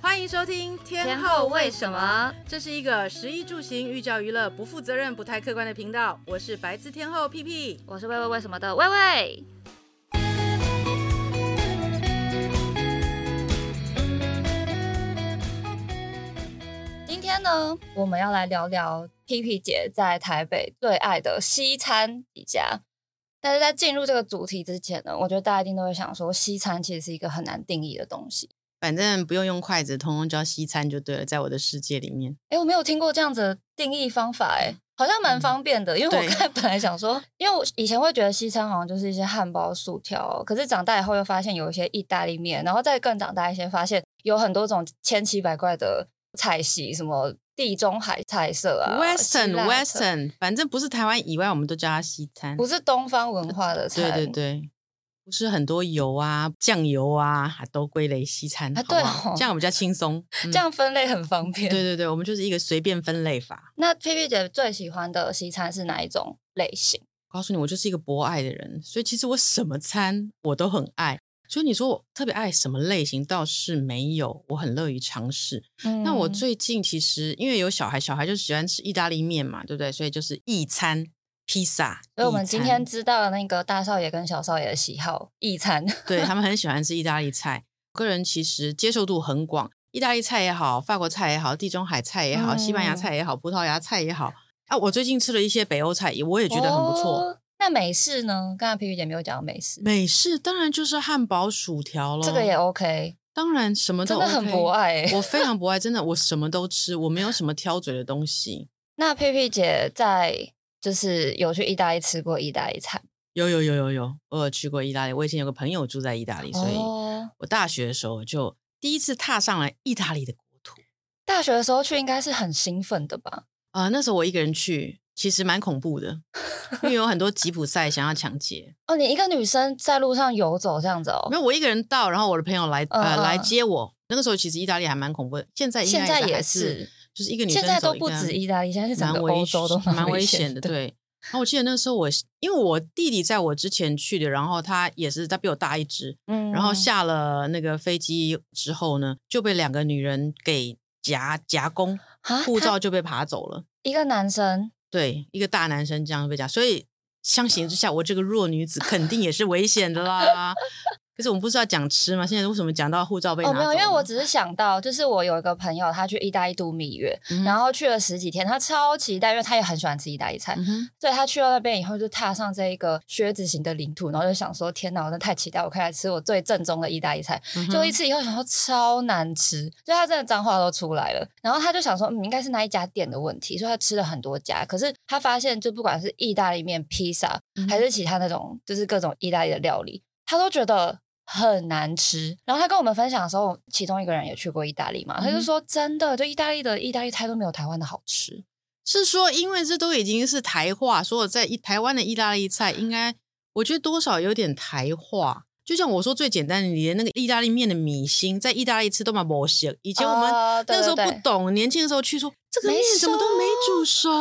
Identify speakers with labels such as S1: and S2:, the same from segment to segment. S1: 欢迎收听《天后为什么》，这是一个食衣住行、寓教于乐、不负责任、不太客观的频道。我是白字天后屁屁。
S2: 我是喂喂为什么的喂喂。今天呢，我们要来聊聊 P P 姐在台北最爱的西餐几家。但是在进入这个主题之前呢，我觉得大家一定都会想说，西餐其实是一个很难定义的东西。
S3: 反正不用用筷子，通通叫西餐就对了，在我的世界里面。
S2: 哎，我没有听过这样子的定义方法，哎，好像蛮方便的。因为我
S3: 对
S2: 刚才本来想说，因为我以前会觉得西餐好像就是一些汉堡、薯条，哦可是长大以后又发现有一些意大利面，然后再更长大一些，发现有很多种千奇百怪的菜系，什么地中海菜色
S1: 呃
S2: 啊
S3: Western
S2: 希腊菜
S3: Western，反正不是台湾以外，我们都叫它西餐。
S2: 不是东方文化的菜，
S3: 对对对，不是很多油啊、酱油啊，还都归类西餐，
S2: 啊
S3: 好不好
S2: 对哦
S3: 这样比较轻松。嗯
S2: 这样分类很方便。
S3: 对对对，我们就是一个随便分类法。
S2: 那 P P 姐最喜欢的西餐是哪一种类型？
S3: 告诉你，我就是一个博爱的人，所以其实我什么餐我都很爱。所以你说我特别爱什么类型，倒是没有，我很乐于尝试。那我
S2: 嗯
S3: 最近其实因为有小孩，小孩就喜欢吃意大利面嘛，对不对？所以就是意餐、披萨。
S2: 所以我们
S3: 意
S2: 今
S3: 餐
S2: 天知道了那个大少爷跟小少爷的喜好，意餐。
S3: 对他们很喜欢吃意大利菜。个人其实接受度很广，意大利菜也好，法国菜也好，地中海菜也好，西班牙
S2: 嗯
S3: 菜也好，葡萄牙菜也好。啊，我最近吃了一些北欧菜，也我也觉得很不错。
S2: 哦那美式呢？刚才皮皮姐没有讲到美式，
S3: 美式当然就是汉堡、薯条喽，
S2: 这个也 OK，
S3: 当然什么都、
S2: 真
S3: OK、
S2: 的很博。爱、欸。
S3: 我非常博爱， 真的，我什么都吃，我没有什么挑嘴的东西。
S2: 那皮皮姐在就是有去意大利吃过意大利菜，
S3: 有有有有有，我有去过意大利。我以前有个朋友住在意大利，所以
S2: 哦，
S3: 我大学的时候就第一次踏上了意大利的国土。
S2: 大学的时候去应该是很兴奋的吧？
S3: 啊、那时候我一个人去，其实蛮恐怖的，因为有很多吉普赛想要抢劫。
S2: 哦，你一个女生在路上游走这样子 哦
S3: 没，有，我一个人到，然后我的朋友来呃
S2: 嗯嗯
S3: 来
S2: 嗯
S3: 接我。那个时候其实意大利还蛮恐怖的，现在应
S2: 现
S3: 该
S2: 在
S3: 还
S2: 也
S3: 是，就是一个女生
S2: 现在
S3: 走
S2: 都
S3: 一
S2: 不
S3: 个
S2: 止意大利，现在是整
S3: 蛮
S2: 个
S3: 危
S2: 欧洲 都
S3: 险蛮危
S2: 险
S3: 险的。对，然后我记得那时候我因为我弟弟在我之前去的，然后他也是他比我大一只，
S2: 嗯
S3: 然后下了那个飞机之后呢，就被两个女人给夹夹攻，
S2: 啊
S3: 护
S2: 他
S3: 照就被扒走了。
S2: 一个男生，
S3: 对，一个大男生这样被夹，所以相形之下，我这个弱女子肯定也是危险的啦。 可是我们不是要讲吃吗？现在为什么讲到护照被拿
S2: 哦，
S3: 走呢？
S2: 没有，因为我只是想到，就是我有一个朋友，他去意大利度蜜月，
S3: 嗯哼
S2: 然后去了十几天，他超期待，因为他也很喜欢吃意大利菜，
S3: 嗯哼
S2: 所以他去到那边以后就踏上这一个靴子型的领土，然后就想说：天哪，我真的太期待，我可以来吃我最正宗的意大利菜。
S3: 嗯哼
S2: 结果一吃以后，想说超难吃，所以他真的脏话都出来了。然后他就想说，嗯，应该是那一家店的问题，所以他吃了很多家。可是他发现，就不管是意大利面、披萨，
S3: 嗯
S2: 还是其他那种，就是各种意大利的料理，他都觉得。很难吃。然后他跟我们分享的时候，其中一个人也去过意大利嘛，他就
S3: 嗯
S2: 说真的，就意大利的意大利菜都没有台湾的好吃。
S3: 是说，因为这都已经是台化，所以在意台湾的意大利菜，应该我觉得多少有点台化。就像我说最简单的，你连那个意大利面的米心，在意大利吃都蛮模型。以前我们
S2: 哦对
S3: 那时候
S2: 对
S3: 不
S2: 对
S3: 懂，年轻的时候去说这个
S2: 没
S3: 面怎么都没煮熟，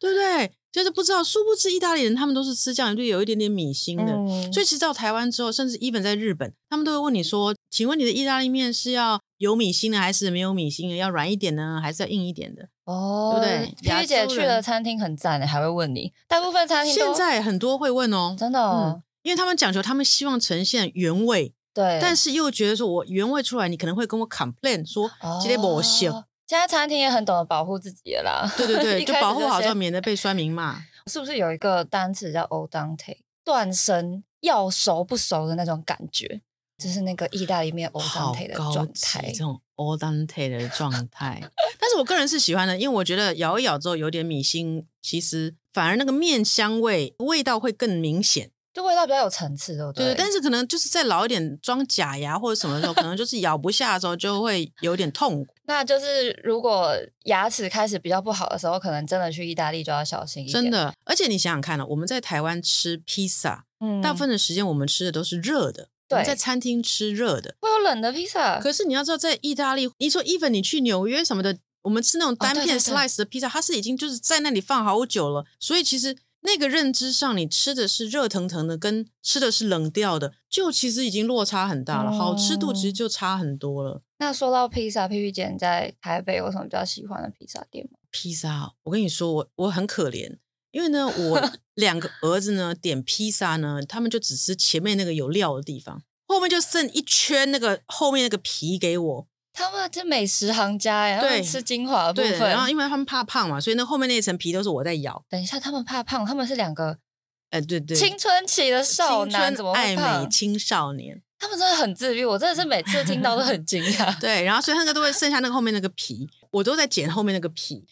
S3: 对不对？就是不知道，殊不知意大利人他们都是吃酱油，就有一点点米心的。
S2: 嗯
S3: 所以其实到台湾之后，甚至 even 在日本，他们都会问你说：“请问你的意大利面是要有米心的，还是没有米心的？要软一点呢，还是要硬一点的？”
S2: 哦，
S3: 对不对
S2: 皮
S3: 亚
S2: 皮姐
S3: 洲
S2: 去
S3: 人
S2: 的餐厅很赞的，欸还会问你。大部分餐厅都
S3: 现在很多会问哦，
S2: 真的哦，
S3: 因为他们讲求他们希望呈现原味，
S2: 对，
S3: 但是又觉得说我原味出来，你可能会跟我 complain 说今天不行。
S2: 哦现在餐厅也很懂得保护自己了啦，
S3: 对对对，
S2: 一
S3: 就
S2: 开始
S3: 保护好之后，
S2: 先
S3: 免得被酸民 骂。
S2: 是不是有一个单词叫 o d a n t e 断生要熟不熟的那种感觉，就是那个意大利面 o d a
S3: 好
S2: n t e 的
S3: 高
S2: 状
S3: 级
S2: 态
S3: 这。种 o dante 的状态。但是我个人是喜欢的，因为我觉得咬一咬之后有点米心，其实反而那个面香味味道会更明显。
S2: 就味道比较有层次，对不
S3: 对
S2: 对
S3: 对，但是可能就是再老一点装假牙或者什么的时候，可能就是咬不下的时候就会有点痛苦，
S2: 那就是如果牙齿开始比较不好的时候，可能真的去意大利就要小心一点。
S3: 真，的。而且你想想看哦呢、我们在台湾吃披萨，
S2: 嗯，
S3: 大部分的时间我们吃的都是热的，
S2: 对呃
S3: 我们在餐厅吃热的。
S2: 会有冷的披萨，
S3: 可是你要知道，在意大利，你说 even 你去纽约什么的，我们吃那种单
S2: 哦对对
S3: 片
S2: 对
S3: slice 的披萨，它是已经就是在那里放好久了，所以其实那个认知上，你吃的是热腾腾的，跟吃的是冷掉的，就其实已经落差很大了，好吃度
S2: 哦
S3: 其实就差很多了。
S2: 那说到披萨，P P 姐你在台北有什么比较喜欢的披萨店吗？
S3: 披萨，我跟你说，我我很可怜，因为呢， 我两个儿子呢点披萨呢，他们就只吃前面那个有料的地方，后面就剩一圈那个后面那个皮给我。
S2: 他们是美食行家呀，他们
S3: 对
S2: 吃精华的部
S3: 对，
S2: 分
S3: 然。后因为他们怕胖嘛，所以那后面那一层皮都是我在咬。
S2: 等一下，他们怕胖，他们是两个
S3: 哎、对对，
S2: 青春期的少
S3: 青
S2: 男，
S3: 春
S2: 怎么会
S3: 爱美
S2: 胖？
S3: 青少年。。
S2: 他们真的很自律，我真的是每次听到都很惊讶
S3: 对，然后所以那个都会剩下那个后面那个皮，我都在剪后面那个皮。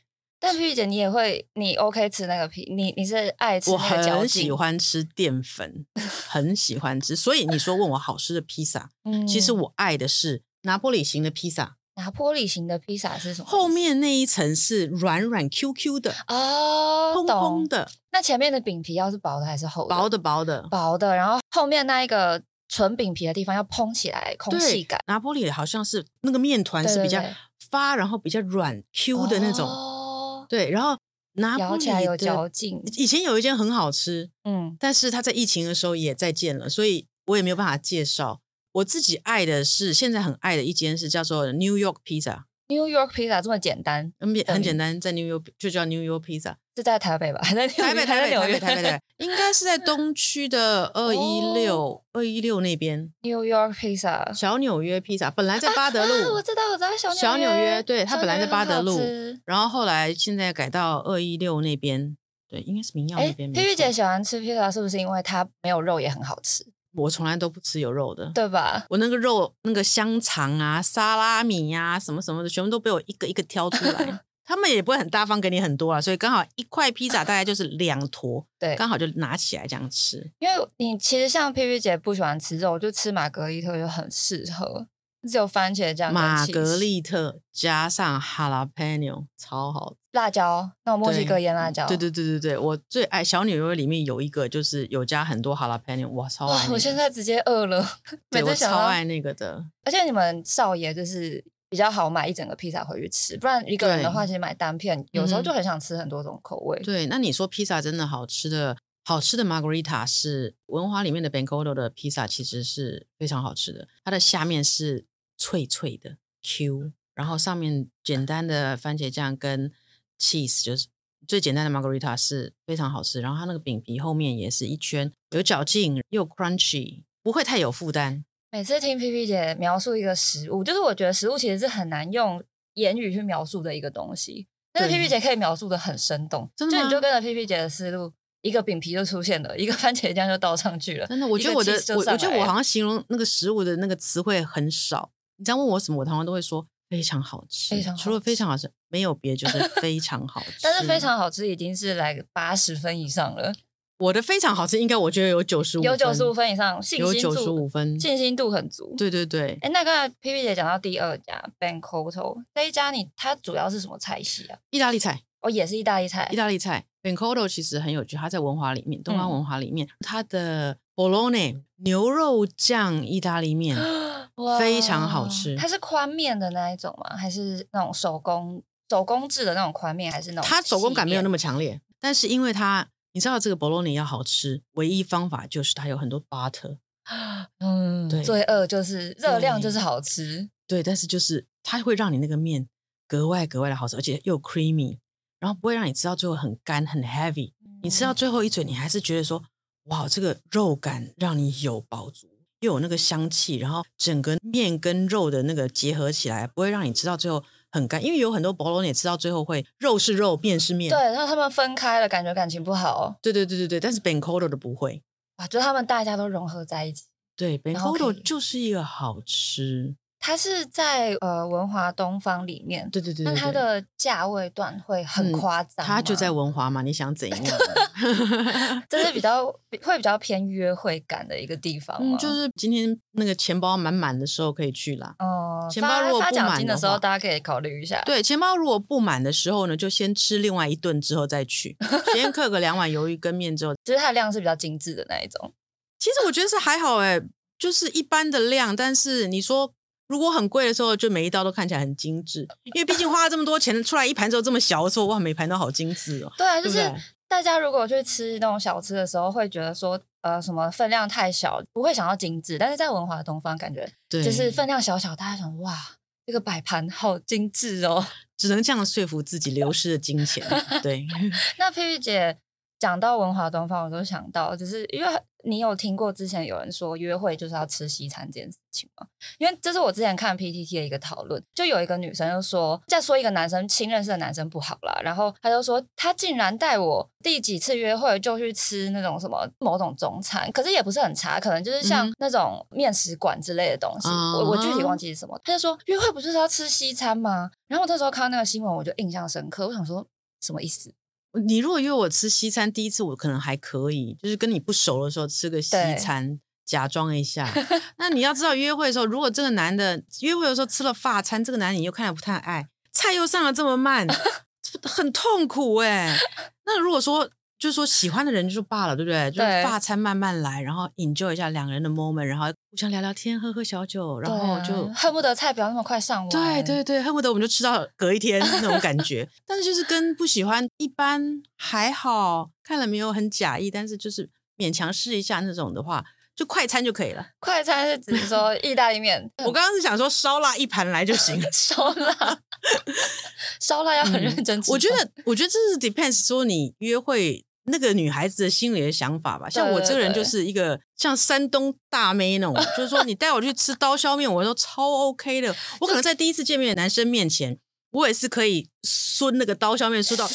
S2: 但皮皮姐，你也会，你 OK 吃那个皮，你你是爱吃
S3: 我
S2: 那个嚼
S3: 很喜
S2: 劲。
S3: 欢吃淀粉，很喜欢吃，所以你说问我好吃的披萨，
S2: 嗯
S3: 其实我爱的是拿坡里型的披萨，
S2: 拿坡里型的披萨是什么意思？
S3: 后面那一层是软软 Q Q 的，
S2: 哦，
S3: 蓬
S2: 懂
S3: 蓬。的，
S2: 那前面的饼皮要是薄的还是厚的？
S3: 薄的薄的。
S2: 薄的，然后后面那一个纯饼皮的地方要蓬起来，空气
S3: 对
S2: 感，
S3: 拿坡里好像是那个面团
S2: 对
S3: 是
S2: 对
S3: 比较
S2: 对
S3: 发，然后比较软 Q 的那种。啊
S2: 哦
S3: 对，然后拿
S2: 咬
S3: 坡里
S2: 起来有
S3: 的
S2: 嚼劲。
S3: 以前有一间很好吃，
S2: 嗯，
S3: 但是它在疫情的时候也再见了，所以我也没有办法介绍。我自己爱的是现在很爱的一间是叫做 New York Pizza，
S2: New York pizza 这么简单，
S3: 很简
S2: 等于
S3: 很简单，在 New York 就叫 New York Pizza。
S2: 是在台北吧？ 还在纽
S3: 台北
S2: 约
S3: 台
S2: 还在
S3: 北
S2: 纽
S3: 台
S2: 约
S3: 北台北 台北，应该是在东区的二一
S2: 哦
S3: 六二一六那边
S2: New York pizza
S3: 小纽约披萨，本来在巴德路，
S2: 啊，我知道，我知道小
S3: 小纽约对它
S2: 小
S3: 本来
S2: 纽
S3: 在
S2: 约
S3: 巴
S2: 很
S3: 德
S2: 好
S3: 路
S2: 吃
S3: 然后后来现在改到二一六那边，对，应该是明耀
S2: 哎，
S3: 那边。
S2: 佩
S3: 没
S2: 佩
S3: 错
S2: 姐喜欢吃披萨，是不是因为它没有肉也很好吃，
S3: 我从来都不吃有肉的，
S2: 对吧？
S3: 我那个肉那个香肠啊、沙拉米呀、什么什么的，全部都被我一个一个挑出 来。他们也不会很大方给你很多啊，所以刚好一块披萨大概就是两坨，
S2: 对，
S3: 刚好就拿起来这样吃。
S2: 因为你其实像佩佩姐不喜欢吃肉，就吃玛格丽特就很适合，只有番茄酱、
S3: 玛格、丽特加上 jalapeno 超好
S2: 辣椒，那种墨西
S3: 对嗯
S2: 哥腌辣椒。
S3: 对对对对对，我最爱小纽约里面有一个就是有加很多 jalapeno，哇，超爱、那
S2: 哇，
S3: 个
S2: 我现在直接饿了，
S3: 对
S2: 每次
S3: 我
S2: 想
S3: 超
S2: 到，
S3: 爱那个的，
S2: 而且你们少爷就是比较好买一整个披萨回去吃，不然一个人的
S3: 对
S2: 话，其实买单片有时候
S3: 嗯
S2: 就很想吃很多种口味。
S3: 对，那你说披萨真的好吃的，好吃的 margarita 是文华里面的 b a n c o d o 的披萨，其实是非常好吃的。它的下面是脆脆的 Q，然后上面简单的番茄酱跟 cheese，就是最简单的 margarita 是非常好吃。然后它那个饼皮后面也是一圈有嚼劲又 crunchy，不会太有负担。
S2: 每次听 P P 姐描述一个食物，就是我觉得食物其实是很难用言语去描述的一个东西，但是
S3: 对
S2: P P 姐可以描述的很生动，
S3: 真的
S2: 就你
S3: 吗
S2: 就跟着 P P 姐的思路，一个饼皮就出现了，一个番茄酱就倒上去了，
S3: 真的，我
S2: 一
S3: 觉得
S2: 个
S3: 我的
S2: cheese 就
S3: 我
S2: 上
S3: 我觉得
S2: 来
S3: 我
S2: 了
S3: 好像形容那个食物的那个词汇很少。你这样问我什么，我常常都会说非常好吃，
S2: 非常
S3: 除了
S2: 好
S3: 非常好吃，没有别就是非常好吃。
S2: 但是非常好吃，已经是来八十分以上了，
S3: 我的非常好吃，应该我觉得有九十五，
S2: 有九十五，分以上，信
S3: 有
S2: 心
S3: 九
S2: 度
S3: 十五分，
S2: 信心度很足。
S3: 对对对。
S2: 哎，那刚才 P P 姐讲到第二家 Bancoto 这一家你，它主要是什么菜系啊？
S3: 意大利菜，
S2: 哦，也是意大利菜
S3: 意，大利菜 b a n c o d o 其实很有趣，它在文华里面，东方
S2: 嗯
S3: 文华里面，它的 Bologna 牛肉酱意大利面
S2: 哇
S3: 非常好吃
S2: 它是宽面的那一种吗？还是那种手工手工制的那种宽面？还是那种
S3: 它手工感没有那
S2: 么
S3: 么强烈，但是因为它，你知道这个 bologna 要好吃，唯一方法就是它有很多 butter，
S2: 嗯，
S3: 对
S2: 罪恶就是热量
S3: 对
S2: 就是好吃，
S3: 对，但是就是它会让你那个面格外格外的好吃，而且又 creamy，然后不会让你吃到最后很干很 heavy，你吃到最后一嘴，你还是觉得说，哇，这个肉感让你有饱足。又有那个香气，然后整个面跟肉的那个结合起来，不会让你吃到最后很干，因为有很多 bologna 吃到最后会肉是肉，面是面。
S2: 嗯对，然后他们分开了，感觉感情不好、哦，
S3: 对对对对对，但是 b a n c o d o 的不会，
S2: 哇，就他们大家都融合在一起。
S3: 对 b a n
S2: 然
S3: c
S2: 后
S3: o d
S2: 可
S3: o
S2: 以
S3: 就是一个好吃，
S2: 它是在呃文华东方里面，
S3: 对对对
S2: 那
S3: 对
S2: 它
S3: 对
S2: 的价位段会很
S3: 嗯
S2: 夸张吗、
S3: 它就在文华嘛，你想怎 样？
S2: 就是比较会比较偏约会感的一个地方吗、
S3: 嗯，就是今天那个钱包满满的时候可以去啦。
S2: 哦，
S3: 钱包如果
S2: 发发
S3: 不
S2: 奖
S3: 满
S2: 金
S3: 的
S2: 的时候，
S3: 话
S2: 大家可以考虑一下。
S3: 对，钱包如果不满的时候呢，就先吃另外一顿之后再 去，先刻个两碗鱿鱼跟面之后。
S2: 就是它的量是比较精致的那一种。
S3: 其实我觉得是还好哎、就是一般的量，但是你说。如果很贵的时候，就每一道都看起来很精致，因为毕竟花了这么多钱，出来一盘之后这么小的时候，哇，每盘都好精致哦。
S2: 对啊，就
S3: 对不
S2: 是
S3: 对
S2: 大家如果去吃那种小吃的时候，会觉得说，呃，什么分量太小，不会想要精致。但是在文华的东方，感觉
S3: 对，
S2: 就是分量小小，大家想哇，这个摆盘好精致哦。
S3: 只能这样说服自己流失的金钱。对，
S2: 那佩佩姐讲到文华东方，我就想到，就是因为你有听过之前有人说约会就是要吃西餐这件事情吗？因为这是我之前看 PTT 的一个讨论，就有一个女生就说，在说一个男生新认识的男生不好啦，然后她就说他竟然带我第几次约会就去吃那种什么某种中餐，可是也不是很差，可能就是像
S3: 嗯
S2: 那种面食馆之类的东西，我我具体忘记是什么。她就说约会不就是要吃西餐吗？然后我那时候看到那个新闻，我就印象深刻，我想说什么意思？
S3: 你如果约我吃西餐，第一次我可能还可以，就是跟你不熟的时候吃个西
S2: 对
S3: 餐。假装一下，那你要知道，约会的时候，如果这个男的约会的时候吃了法餐，这个男人你又看来不太爱，菜又上了这么 慢，很痛苦哎、那如果说就是说喜欢的人就罢了，对不对？就是
S2: 对
S3: 法餐慢慢来，然后 enjoy 一下两人的 moment，然后互相聊聊天，喝喝小酒，然后
S2: 对
S3: 就
S2: 啊恨不得菜不要那么快上完。
S3: 对对对，恨不得我们就吃到隔一天那种感觉。但是就是跟不喜欢一般还好，看了没有很假意，但是就是勉强试一下那种的话，就快餐就可以了。
S2: 快餐是指说意大利面，。
S3: 我刚刚是想说烧腊一盘来就行
S2: 烧腊，烧腊要很
S3: 嗯
S2: 认真吃饭。
S3: 我觉得，我觉得这是 depends 说你约会。那个女孩子的心里的想法吧，像我
S2: 对
S3: 这个人
S2: 对
S3: 就是一个像山东大妹 那种，就是说你带我去吃刀削面，我都超 OK 的。我可能在第一次见面的男生面前，我也是可以说那个刀削面说 到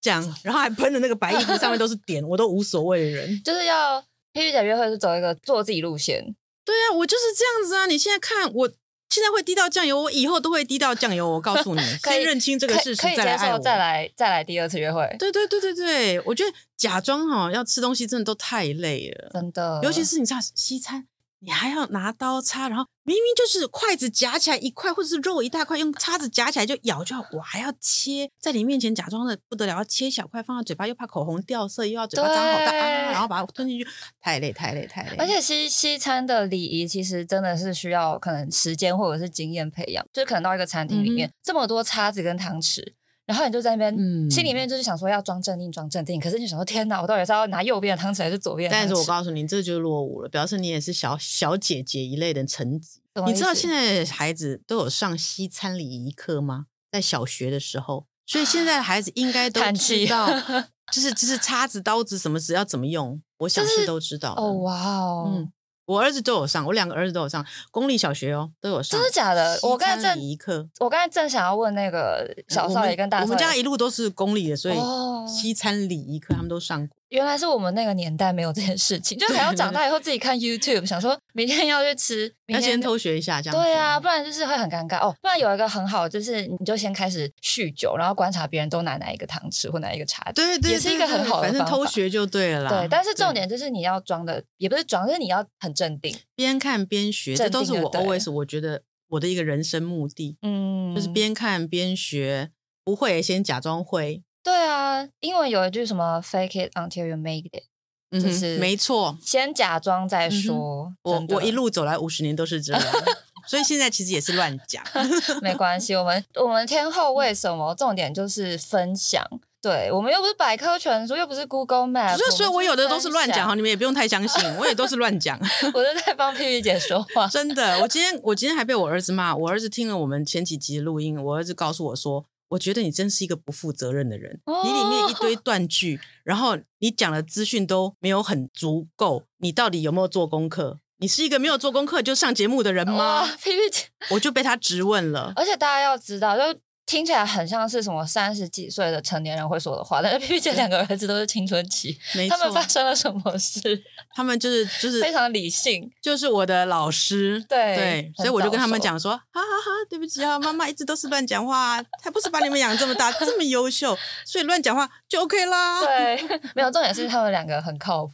S3: 这样，然后还喷的那个白衣服上 面都是点，我都无所谓的人。
S2: 就是要黑皮姐约会是走一个做自己路线，
S3: 对啊，我就是这样子啊！你现在看我。现在会滴到酱油，我以后都会滴到酱油。我告 诉你，
S2: 可以
S3: 先认清这个
S2: 可以
S3: 事实
S2: 可以，
S3: 再来
S2: 接
S3: 爱
S2: 受
S3: 我。
S2: 再来再来第二次约会，
S3: 对对对对对，我觉得假装哈、要吃东西真的都太累了，
S2: 真的，
S3: 尤其是你知道西餐，你还要拿刀叉，然后明明就是筷子夹起来一块，或者是肉一大块，用叉子夹起来就咬就好，我还要切，在你面前假装的不得了，要切小块放到嘴巴，又怕口红掉色，又要嘴巴张好大，啊
S2: 对
S3: 然后把它吞进去，太累太累太累。
S2: 而且西西餐的礼仪其实真的是需要可能时间或者是经验培养，就是可能到一个餐厅里面、这么多叉子跟汤匙，然后你就在那边、
S3: 嗯
S2: 心里面就是想说要装镇定装镇定，可是你想说天哪，我到底是要拿右边的汤匙还是左边的汤
S3: 但
S2: 匙？
S3: 是我告诉你，这就落伍了，表示你也是小小姐姐一类的层级。
S2: 什么
S3: 你
S2: 意
S3: 知道
S2: 思
S3: 现在的孩子都有上西餐礼仪课吗？在小学的时候，所以现在的孩子应该都
S2: 叹气
S3: 知道， 就是就是叉子、刀子什么只要怎么用，我想
S2: 就是
S3: 是都知道的。
S2: 哦哇哦，
S3: 嗯，我儿子都有上，我两个儿子都有上公立小学哦，都有上。
S2: 真的假的？我刚才
S3: 西餐
S2: 正
S3: 礼仪课，嗯
S2: 我刚才正想要问那个小
S3: 呃我
S2: 少爷
S3: 们
S2: 跟大
S3: 我
S2: 少
S3: 们家
S2: 爷，
S3: 一路都是公立的，所以
S2: 哦
S3: 西餐礼仪课他们都上过。
S2: 原来是我们那个年代没有这件事情，就还要长大以后自己看 YouTube，想说明天要去吃，明
S3: 要
S2: 天
S3: 先偷学一下，这样
S2: 对
S3: 子
S2: 啊，不然就是会很尴尬哦。不然有一个很好，就是你就先开始酗酒，然后观察别人都拿哪一个糖匙或哪一个茶匙，
S3: 对对，
S2: 也是一
S3: 对
S2: 个很
S3: 对
S2: 好的
S3: 反正
S2: 方
S3: 偷
S2: 法
S3: 学就对了啦。
S2: 对。但是重
S3: 对
S2: 点就是你要装的，也不是装，就是你要很镇定，
S3: 边看边学，这
S2: 镇
S3: 都是
S2: 定就
S3: 我
S2: 对
S3: always 我觉得我的一个人生目的，
S2: 嗯，
S3: 就是边看边学，不会先假装会，
S2: 对啊。英文有一句什么 “fake it until you make it”，
S3: 嗯
S2: 就
S3: 哼
S2: 是
S3: 没错。
S2: 先假装再
S3: 嗯哼
S2: 说。
S3: 我
S2: 真的
S3: 我一路走来五十年都是这样，所以现在其实也是乱 讲。
S2: 没关系，我们我们天后为什么重点就是分享？对我们又不是百科全书，又不是 Google Map，
S3: 所以，所以我有的都是乱讲哈，
S2: 我
S3: 你们也不用太相信，我也都是乱 讲，。
S2: 们就是分享，我就在帮屁屁姐说话
S3: 真的。我今天我今天还被我儿子骂，我儿子听了我们前几集的录音，我儿子告诉我说。我觉得你真是一个不负责任的人， 你里面一堆
S2: 哦
S3: 断句，然后你讲的资讯都没有很足够，你到底有没有做功课？你是一个没有做功课就上节目的人
S2: 哇
S3: 吗？
S2: 屁屁姐，
S3: 我就被他质问 了。
S2: 而且大家要知道，就听起来很像是什么三十几岁的成年人会说的话，但是屁屁姐两个儿子都是青春期，
S3: 没
S2: 他
S3: 错，
S2: 们发生了什么事？
S3: 他们 就是就是
S2: 非常理性，
S3: 就是我的老师，
S2: 对
S3: 对所
S2: 很，
S3: 以我就跟他们
S2: 早熟
S3: 讲说，哈哈哈，对不起啊，妈妈一直都是乱讲话，啊才不是把你们养这么大，这么优秀，所以乱讲话就 OK 啦。
S2: 对， 没有重点是他们两个很靠谱。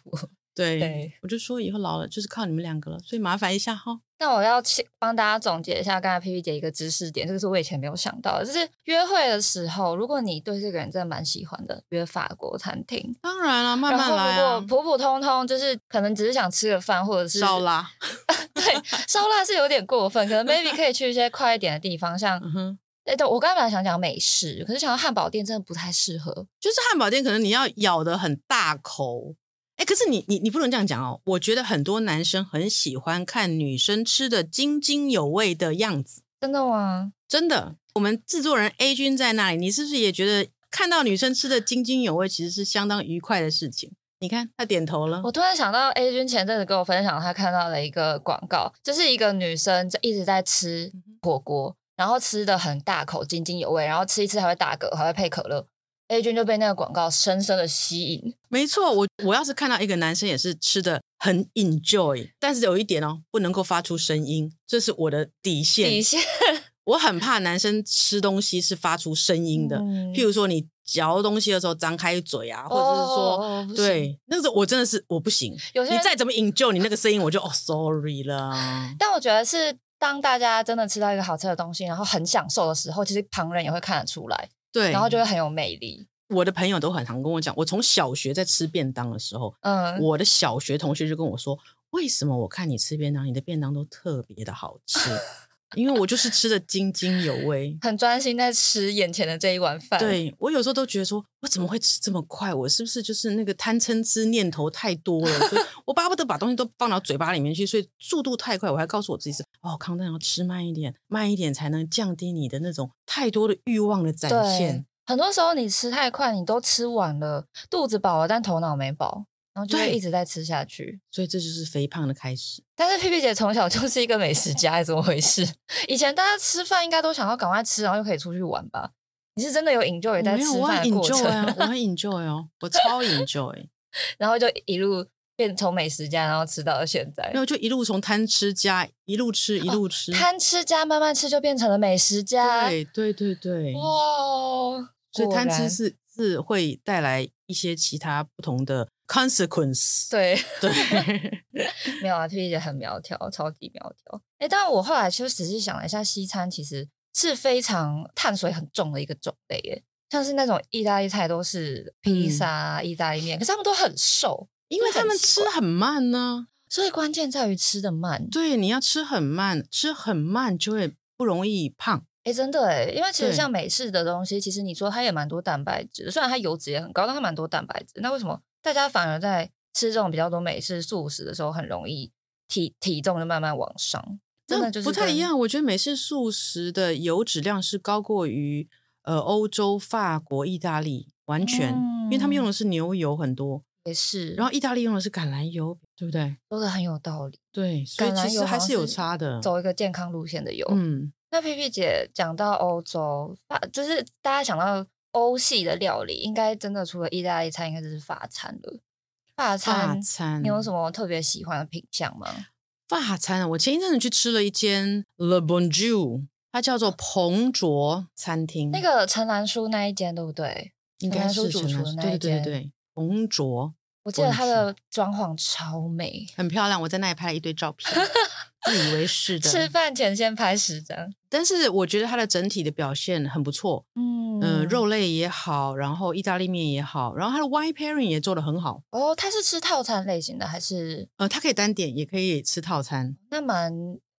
S3: 对
S2: 对
S3: 我就说以后老了就是靠你们两个了，所以麻烦一下哈。
S2: 那我要请帮大家总结一下刚才 P P 姐一个知识点，这个是我以前没有想到的，就是约会的时候，如果你对这个人真的蛮喜欢的，约法国餐厅，
S3: 当然了，慢慢来
S2: 然后
S3: 啊
S2: 如，果普普通通，就是可能只是想吃个饭，或者是
S3: 少，啦，
S2: 对，烧腊是有点过分，可能 maybe 可以去一些快一点的地方，像
S3: 嗯哼，
S2: 哎，对我刚才本来想讲美式，可是想到汉堡店真的不太适合。
S3: 就是汉堡店可能你要咬的很大口。哎，可是你你你不能这样讲哦。我觉得很多男生很喜欢看女生吃的津津有味的样子，
S2: 真的吗？
S3: 真的。我们制作人 A 君在那里，你是不是也觉得看到女生吃的津津有味，其实是相当愉快的事情？你看他点头了。
S2: 我突然想到，A 君前阵子跟我分享，他看到了一个广告，就是一个女生在一直在吃
S3: 嗯
S2: 火锅，然后吃的很大口，津津有味，然后吃一次还会打嗝，还会配可乐。A 君就被那个广告深深的吸引，
S3: 没错，我我要是看到一个男生也是吃的很 enjoy，但是有一点哦，不能够发出声音，这是我的底线。
S2: 底线
S3: 我很怕男生吃东西是发出声音
S2: 嗯
S3: 的，譬如说你嚼东西的时候张开嘴啊，或者是说。
S2: 哦、不行，
S3: 对，那个我真的是我不行。
S2: 有些
S3: 你
S2: 人
S3: 再怎么 enjoy 你那个声音，我就哦 sorry 啦。
S2: 但我觉得是当大家真的吃到一个好吃的东西，然后很享受的时候，其实旁人也会看得出来，
S3: 对，
S2: 然后就会很有魅力。
S3: 我的朋友都很常跟我讲，我从小学在吃便当的时候，
S2: 嗯，
S3: 我的小学同学就跟我说，为什么我看你吃便当，你的便当都特别的好吃？ 因为我就是吃的津津有味。
S2: 很专心在吃眼前的这一碗饭。，
S3: 对我有时候都觉得说，我怎么会吃这么快？我是不是就是那个贪嗔痴念头太多了？ 所以我巴不得把东西都放到嘴巴里面去，所以速度太快。我还告诉我自己是哦，康丹要吃慢一点，慢一点才能降低你的那种太多的欲望的展现
S2: 对。，很多时候你吃太快，你都吃完了，肚子饱了，但头脑没饱，然后就会
S3: 对
S2: 一直在吃下去。
S3: 所以这就是肥胖的开始。
S2: 但是屁屁姐从小 就是一个美食家，哎怎么回事？ 以前大家吃饭应该都想要赶快吃，然后就可以出去玩吧？你是真的有 enjoy
S3: 我
S2: 在
S3: 没有，
S2: 吃
S3: 我很
S2: 饭的过
S3: enjoy
S2: 程，
S3: 啊，我很 enjoy 哦，我超 enjoy。
S2: 然后就一路变从美食家，然后吃到了现在
S3: 没。有，就一路从贪吃家一路吃一路吃。
S2: 贪吃家慢慢吃就变成了美食家，
S3: 对对对对，
S2: 哇哦！
S3: 所以
S2: 果
S3: 贪吃
S2: 然
S3: 是是会带来一些其他不同的 consequence。
S2: 对，
S3: 对
S2: 没有啊，P P 姐很苗条，超级苗条。哎，但我后来就仔细想了一下，西餐其实是非常碳水很重的一个种类耶，像是那种意大利菜都是
S3: 嗯
S2: 披萨啊、意大利面，可是他们都很瘦，
S3: 因为
S2: 真的
S3: 他
S2: 很
S3: 们
S2: 奇
S3: 吃
S2: 怪
S3: 很慢呢、
S2: 所以关键在于吃的慢。
S3: 对，你要吃很慢，吃很慢就会不容易胖。
S2: 哎，真的哎，因为其实
S3: 对
S2: 像美式的东西，其实你说它也蛮多蛋白质的，虽然它油脂也很高，但它蛮多蛋白质。那为什么大家反而在吃这种比较多美式素食的时候，很容易体体重就慢慢往上？真的
S3: 那
S2: 就是
S3: 不太
S2: 跟
S3: 一样。我觉得美式素食的油脂量是高过于呃欧洲、法国、意大利，完全，因为他
S2: 哦
S3: 们用的是牛油很多，
S2: 也是，
S3: 然后意大利用的是橄榄油，对不对？
S2: 说的很有道理，
S3: 对，所以
S2: 橄榄
S3: 其实
S2: 油
S3: 还
S2: 好像
S3: 是有
S2: 是
S3: 差的。
S2: 走一个健康路线的油。
S3: 嗯，
S2: 那 P P 姐讲到欧洲，法就是大家想到欧系的料理，应该真的除了意大利菜，应该就是法餐了。
S3: 法
S2: 法餐，
S3: 餐
S2: 你有什么特别喜欢的品相吗？
S3: 法餐啊，我前一阵子去吃了一间 Le Bonjour，它叫做彭卓餐厅，
S2: 啊那个陈兰书那一间，对不对？
S3: 应
S2: 陈
S3: 该
S2: 兰书
S3: 是
S2: 主
S3: 陈
S2: 厨
S3: 兰
S2: 的
S3: 书
S2: 那
S3: 对对
S2: 一
S3: 对对
S2: 间，
S3: 对，彭卓
S2: 我记得它
S3: 我也
S2: 的装潢超美。
S3: 很漂亮，我在那里拍了一堆照片， 自以为是的。
S2: 吃饭前先拍十张，
S3: 但是我觉得它的整体的表现很不错，
S2: 嗯
S3: 嗯、肉类也好，然后意大利面也好，然后它的 wine pairing 也做得很好，
S2: 哦，它是吃套餐类型的还是
S3: 呃，它可以单点，也可以吃套餐，
S2: 那蛮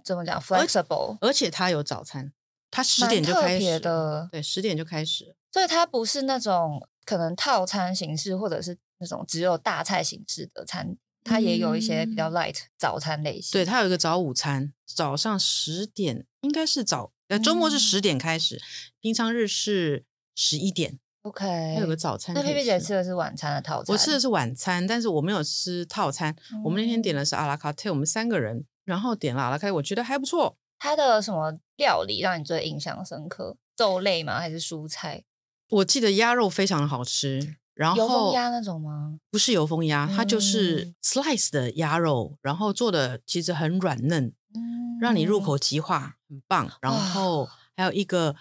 S2: 怎么讲
S3: 而
S2: flexible？
S3: 而且它有早餐，它哦十
S2: 蛮
S3: 点就
S2: 特
S3: 开
S2: 别
S3: 始
S2: 的
S3: 对，十点就开始了。
S2: 所以它不是那种可能套餐形式，或者是那种只有大菜形式的餐，它也有一些比较 light 早餐类型。
S3: 嗯对，它有一个早午餐，早上十点应该是早，呃，周
S2: 嗯
S3: 末是十点开始，平常日是十一点，
S2: ，OK。
S3: 它有个早餐可
S2: 哎那
S3: 以吃。
S2: 佩佩姐吃的是晚餐的套餐，
S3: 我吃的是晚餐，但是我没有吃套餐。我们那天点
S2: 了
S3: 的是阿拉卡特，我们三个人，然后点了阿拉卡，我觉得还不错。
S2: 它的什么料理让你最印象深刻？肉类吗？还是蔬菜？
S3: 我记得鸭肉非常好吃，然后
S2: 油封鸭那种吗？
S3: 不是油封鸭，它就是
S2: 嗯
S3: slice 的鸭肉，然后做的其实很软嫩，
S2: 嗯
S3: 让你入口即化，很棒。然
S2: 哇
S3: 后还有一个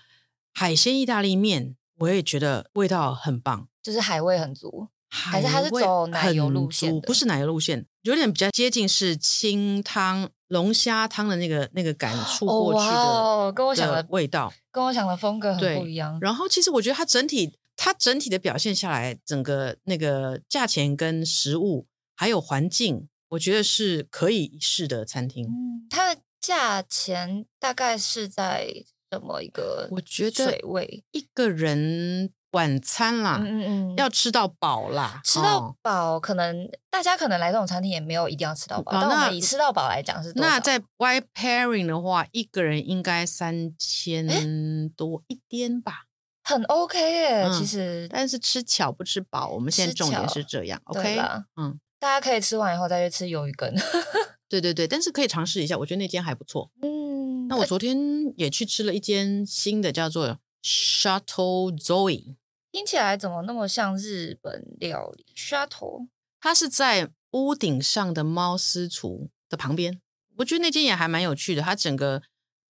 S3: 海鲜意大利面，我也觉得味道很棒。
S2: 就是海味很足，
S3: 还
S2: 是它是走奶油路线的
S3: 不是奶油路线，有点比较接近是清汤龙虾汤的那个那个感触
S2: 哦
S3: 过去的、
S2: 哇哦，跟我想的
S3: 的味道。
S2: 跟我想的风格很
S3: 对
S2: 不一样。
S3: 然后其实我觉得它整体它整体的表现下来，整个那个价钱跟食物还有环境，我觉得是可以一试的餐厅。
S2: 嗯，它的价钱大概是在这么一个
S3: 我觉得
S2: 水位，
S3: 一个人晚餐啦，
S2: 嗯嗯嗯，
S3: 啊要吃到饱啦，
S2: 吃
S3: 哦
S2: 到饱，可能大家可能来这种餐厅也没有一定要吃到饱，
S3: 嗯好
S2: 但我
S3: 那
S2: 们以吃到饱来讲是多少
S3: 那在 Y pairing 的话，一个人应该三千多一点吧，
S2: 很 OK 耶、
S3: 嗯
S2: 其实
S3: 但是吃巧不吃饱，我们现在
S2: 吃
S3: 重点
S2: 巧
S3: 是这样
S2: 对
S3: ，OK？
S2: 啦
S3: 嗯，
S2: 大家可以吃完以后再去吃鱿鱼羹。
S3: 对对对，但是可以尝试一下，我觉得那间还不错。
S2: 嗯，
S3: 那我昨天也去吃了一间新的，叫做 Shuttle Zoe，
S2: 听起来怎么那么像日本料理刷头？
S3: 它是在屋顶上的猫私厨的旁边。我觉得那间也还蛮有趣的，它整个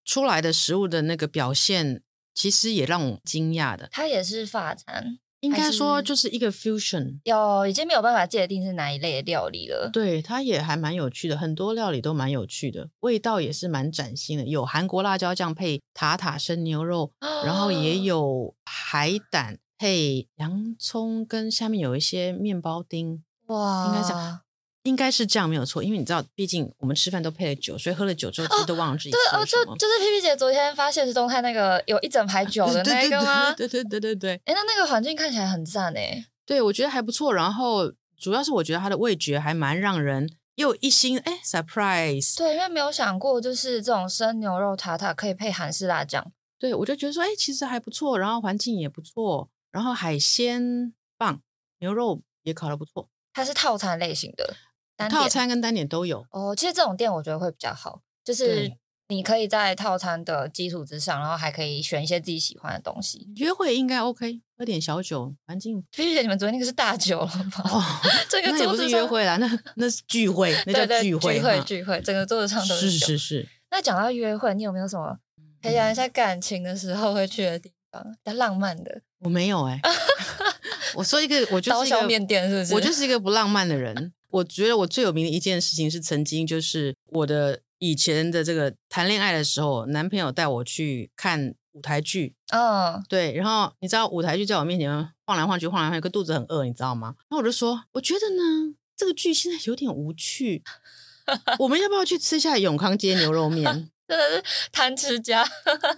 S3: 出来的食物的那个表现，其实也让我惊讶的。
S2: 它也是法餐，
S3: 应
S2: 还
S3: 该说
S2: 是
S3: 就是一个 fusion，
S2: 有已经没有办法界定是哪一类的料理了。
S3: 对，它也还蛮有趣的，很多料理都蛮有趣的，味道也是蛮崭新的。有韩国辣椒酱配塔塔生牛肉，然后 也有海胆配洋葱，跟下面有一些面包丁，
S2: 哇，
S3: 应该讲应该是这样没有错。因为你知道，毕竟我们吃饭都配了酒，所以喝了酒之后其实都忘了自己
S2: 对
S3: 吃
S2: 哦，
S3: 了什
S2: 就
S3: 么。
S2: 就是 P P 姐昨天发现实动态那个有 一整排酒的
S3: 对
S2: 那
S3: 对
S2: 个吗？
S3: 对对对对对，
S2: 哎，那那个环境看起来很赞哎，
S3: 对我觉得还不错。然后主要是我觉得它的味觉还蛮让人又一新，哎，surprise，
S2: 对，因为没有想过就是这种生牛肉塔塔可以配韩式辣酱，
S3: 对，我就觉得说，哎、其实还不错，然后环境也不错，然后海鲜棒，牛肉也烤的不错，
S2: 它是套餐类型的单
S3: 套
S2: 点
S3: 餐跟单点都有。
S2: 哦，其实这种店我觉得会比较好，就是
S3: 对
S2: 你可以在套餐的基础之上，然后还可以选一些自己喜欢的东西。
S3: 约会应该 OK，喝点小酒，环境
S2: 菲菲姐，你们昨天那个是大酒了吗？，
S3: 哦
S2: 这个
S3: 那也
S2: 桌
S3: 不
S2: 子
S3: 是
S2: 上
S3: 约，会啦，那那是聚会，那
S2: 对
S3: 叫
S2: 对，
S3: 聚
S2: 聚
S3: 会，
S2: 会
S3: 哈
S2: 聚会，整个桌子上都
S3: 是
S2: 酒。
S3: 是嗯是，
S2: 那讲到约会，你有没有什么培养一下感情的时候会去的地方？比较浪漫的
S3: 我没有哎、 我说一个，我就
S2: 刀
S3: 是一个
S2: 削面店是不是？
S3: 我就是一个不浪漫的人。我觉得我最有名的一件事情是，曾经就是我的以前的这个谈恋爱的时候，男朋友带我去看舞台剧，
S2: 嗯，
S3: 对，然后你知道舞台剧在我面前晃来晃去，晃来晃去，跟肚子很饿，你知道吗？然后我就说，我觉得呢，这个剧现在有点无趣， 我们要不要去吃一下永康街牛肉面？
S2: 真的是贪吃家。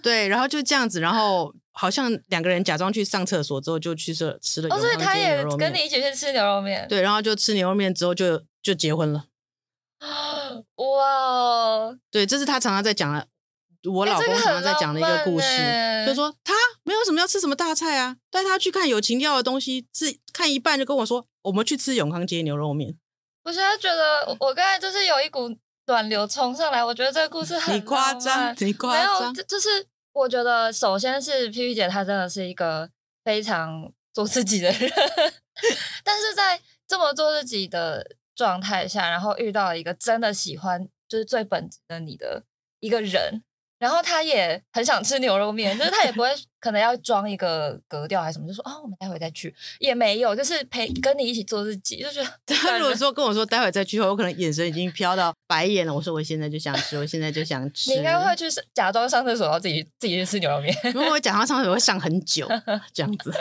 S3: 对，然后就这样子，然后好像两个人假装去上厕所之后，就去吃吃了
S2: 哦，
S3: 永
S2: 所以
S3: 康
S2: 他
S3: 街
S2: 也
S3: 牛肉面。
S2: 跟你一起去吃牛肉面。
S3: 对，然后就吃牛肉面之后就就结婚了。
S2: 哇哦，
S3: 对，这是他常常在讲的，我
S2: 哎
S3: 老
S2: 这
S3: 公
S2: 个
S3: 常常
S2: 很
S3: 在讲的一
S2: 浪
S3: 个
S2: 漫
S3: 故事，就
S2: 欸
S3: 说他没有什么要吃什么大菜啊，带他去看有情调的东西，是看一半就跟我说，我们去吃永康街牛肉面。
S2: 我现在觉得我我刚才就是有一股暖流冲上来，我觉得这个故事很
S3: 你夸
S2: 浪
S3: 张
S2: 漫，
S3: 你
S2: 没
S3: 夸
S2: 有，
S3: 张，
S2: 就就是我觉得首先是 P P 姐她真的是一个非常做自己的人， 但是在这么做自己的状态下，然后遇到了一个真的喜欢就是最本质的你的一个人。然后他也很想吃牛肉面，就是他也 不会可能要装一个格调还是什么，就说哦，我们待会再去，也没有，就是陪跟你一起做自己，就觉得
S3: 他如
S2: 感
S3: 果
S2: 人
S3: 说跟我说待会再去后，我可能眼神已经飘到白眼了。我说我现在就想吃，我现在就想吃。
S2: 你应该会去上假装上厕所，然后自己自己去吃牛肉面。
S3: 如果我讲到上水会上很久， 这样子。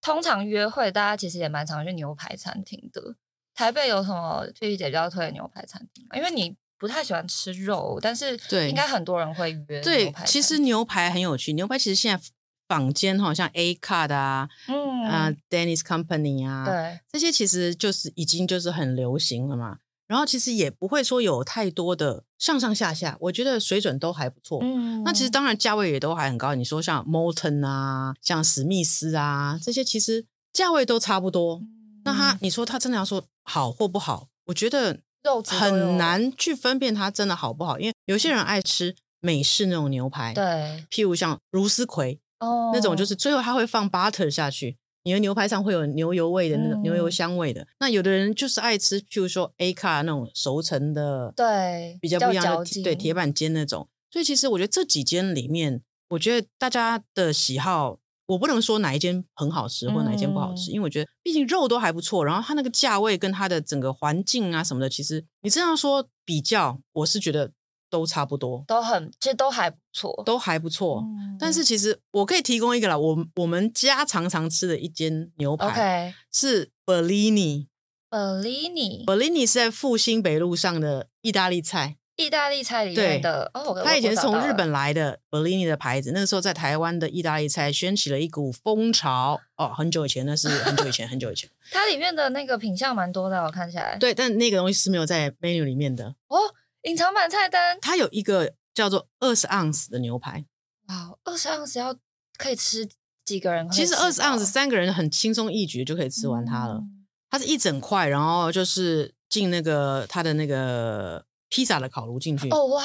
S2: 通常约会，大家其实也蛮常去牛排餐厅的。台北有什么菲菲姐比较推的牛排餐厅吗？因为你不太喜欢吃肉，但是
S3: 对
S2: 应该很多人会约牛
S3: 对
S2: 排餐，
S3: 其实牛排很有趣，牛排其实现在坊间好像 A Card 啊，
S2: 嗯、
S3: 啊、Dennis Company 啊，
S2: 对，
S3: 这些其实就是已经就是很流行了嘛。然后其实也不会说有太多的上上下下，我觉得水准都还不错。
S2: 嗯
S3: 那其实当然价位也都还很高，你说像 Molten 啊，像史密斯啊这些，其实价位都差不多。
S2: 嗯
S3: 那他，你说他真的要说好或不好，我觉得
S2: 肉质都有
S3: 很难去分辨它真的好不好，因为有些人爱吃美式那种牛排，，
S2: 对
S3: 譬如像茹丝葵，
S2: 哦
S3: 那种就是最后它会放 butter 下去，你的牛排上会有牛油味的那种、牛油
S2: 嗯
S3: 香味的。那有的人就是爱吃，譬如说 A 卡那种熟成的，
S2: 对
S3: 比较
S2: 比较
S3: 不一样
S2: 嚼
S3: 的
S2: 劲
S3: 铁，对，铁板煎那种。所以其实我觉得这几间里面，我觉得大家的喜好，我不能说哪一间很好吃或哪一间不好吃，
S2: 嗯
S3: 因为我觉得毕竟肉都还不错，然后它那个价位跟它的整个环境啊什么的，其实你这样说比较，我是觉得都差不多，
S2: 都很其实都还不错。
S3: 都还不错。
S2: 嗯
S3: 但是其实我可以提供一个啦，我我们家常常吃的一间牛排
S2: OK，呃
S3: 是 Bellini，Bellini
S2: Bellini
S3: 是在复兴北路上的意大利菜，
S2: 意大利菜里
S3: 对
S2: 面的哦，我
S3: 他以前是从日，
S2: 我找到了
S3: 本来的 Bellini 的牌子，那个时候在台湾的意大利菜掀起了一股风潮。哦，很久以前，那是很久以前，很久以前。
S2: 它里面的那个品相蛮多的，我看起来。
S3: 对，但那个东西是没有在 menu 里面的。
S2: 哦，隐藏版菜单，
S3: 它有一个叫做二十盎司的牛排，
S2: 哇，哦二十盎司要可以吃几个人可以
S3: 其
S2: 吃
S3: 实
S2: 饱？
S3: 二十盎司三个人很轻松一举就可以吃完它了。
S2: 嗯
S3: 它是一整块，然后就是进那个它的那个披萨的烤炉进去
S2: 哦哇，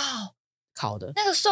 S3: 烤的。
S2: 那个瘦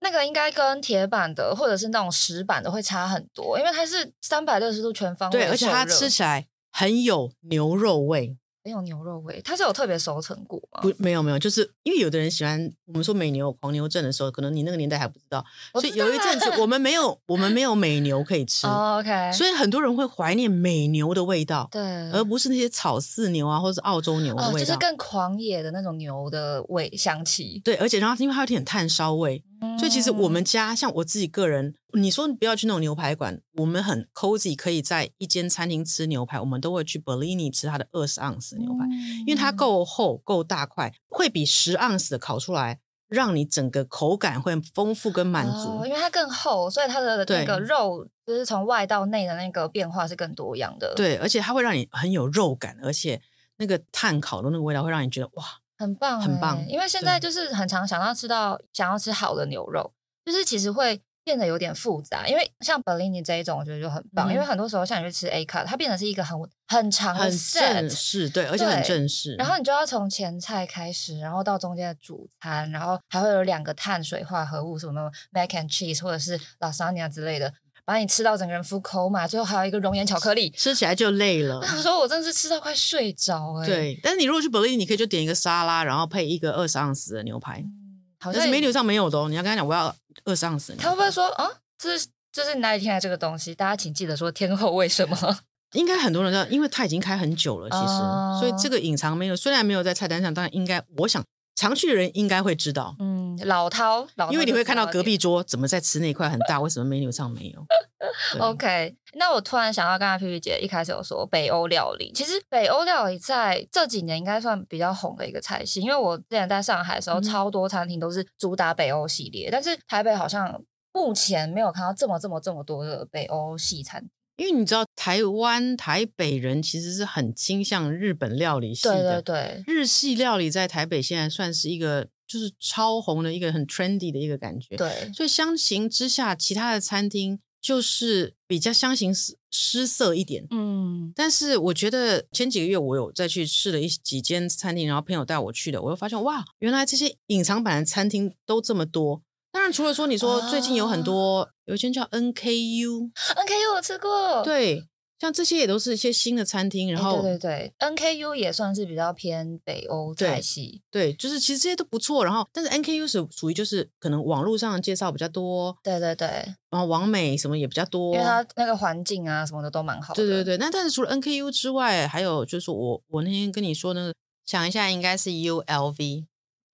S2: 那个应该跟铁板的或者是那种石板的会差很多，因为它是三百六十度全方位
S3: 对，
S2: 的
S3: 而且它
S2: 受热
S3: 吃起来很有牛肉味。
S2: 很有牛肉味，它是有特别熟成过吗？
S3: 不，没有没有，就是因为有的人喜欢，我们说美牛狂牛症的时候，可能你那个年代还不知道，
S2: 我
S3: 所以
S2: 知道
S3: 有一阵子
S2: 啊
S3: 我们没有，我们没有美牛 可以吃，
S2: 哦 OK，
S3: 所以很多人会怀念美牛的味道，
S2: 对，
S3: 而不是那些草饲牛啊，或是澳洲牛的
S2: 哦，
S3: 味
S2: 就
S3: 道。
S2: 是更狂野的那种牛的味香气。
S3: 对，而且然后因为它有点炭烧味，所以其实
S2: 嗯
S3: 我们家像我自己个人，你说你不要去那种牛排馆，我们很 cozy，可以在一间餐厅吃牛排，我们都会去 Bellini 吃它的二十盎司牛排。
S2: 嗯
S3: 因为它够厚、够大块，会比十盎司的烤出来，让你整个口感会丰富跟满足。
S2: 哦因为它更厚，所以它的
S3: 对
S2: 那个肉就是从外到内的那个变化是更多样的。，
S3: 对，而且它会让你很有肉感，而且那个炭烤的那个味道会让你觉得哇，
S2: 很棒欸、
S3: 很棒
S2: 因为现在
S3: 对
S2: 就是很常想要吃到想要吃好的牛肉，就是其实会变得有点复杂。因为像 Bellini 这一种，我觉得就很棒，
S3: 嗯
S2: 因为很多时候像你去吃 A cut，它变成是一个很很长的
S3: 很
S2: set，
S3: 正式，对，而且很
S2: 对
S3: 正式。
S2: 然后你就要从前菜开始，然后到中间的主餐，然后还会有两个碳水化合物，什么 mac and cheese 或者是 lasagna 之类的，把你吃到整个人 full coma，最后还有一个熔岩巧克力。
S3: 吃起来就累了
S2: 我。想说，我真是吃到快睡着哎、欸。
S3: 对，但是你如果去 Bellini，你可以就点一个沙拉，然后配一个二十盎司的牛排，
S2: 嗯，好
S3: 但
S2: 像
S3: 是
S2: 也
S3: menu 上没有的哦。你要跟他讲我要二十盎司的牛排，
S2: 他会不会说啊，这是就是你哪里听来这个东西？大家请记得说天后为什么？
S3: 应该很多人知道，因为它已经开很久了，其实，
S2: 哦
S3: 所以这个隐藏没有，虽然没有在菜单上，但应该我想常去的人应该会知道，
S2: 嗯，老饕，老饕
S3: 因为你
S2: 就
S3: 会
S2: 知
S3: 看到
S2: 道
S3: 隔
S2: 点
S3: 壁桌怎么在吃那块很大，为什么 menu 上没有？对
S2: OK，那我突然想到，刚才皮皮姐一开始有说北欧料理，其实北欧料理在这几年应该算比较红的一个菜系，因为我之前在上海的时候，
S3: 嗯
S2: 超多餐厅都是主打北欧系列，但是台北好像目前没有看到这么这么这么多的北欧系餐。
S3: 因为你知道台湾台北人其实是很倾向日本料理系
S2: 对对
S3: 的，
S2: 对，
S3: 日系料理在台北现在算是一个就是超红的一个很 trendy 的一个感觉，
S2: 对，
S3: 所以相形之下，其他的餐厅就是比较相形失失色一点，
S2: 嗯，
S3: 但是我觉得前几个月我有再去试了一几间餐厅，然后朋友带我去的，我又发现哇，原来这些隐藏版的餐厅都这么多。当然，除了说你说最近有很多、
S2: 哦
S3: 有一间叫 NKU，
S2: NKU 我吃过，
S3: 对，像这些也都是一些新的餐厅，
S2: 诶，
S3: 然后、
S2: 对对对，NKU 也算是比较偏北欧
S3: 对
S2: 菜系，
S3: 对就是其实这些都不错。然后，但是 NKU 是属于就是可能网络上的介绍比较多，
S2: 对对对，
S3: 然后网美什么也比较多，
S2: 因为它那个环境啊什么的都蛮好的，
S3: 对对对，那但是除了 NKU 之外，还有就是我我那天跟你说那个，想一下应该是 ULV。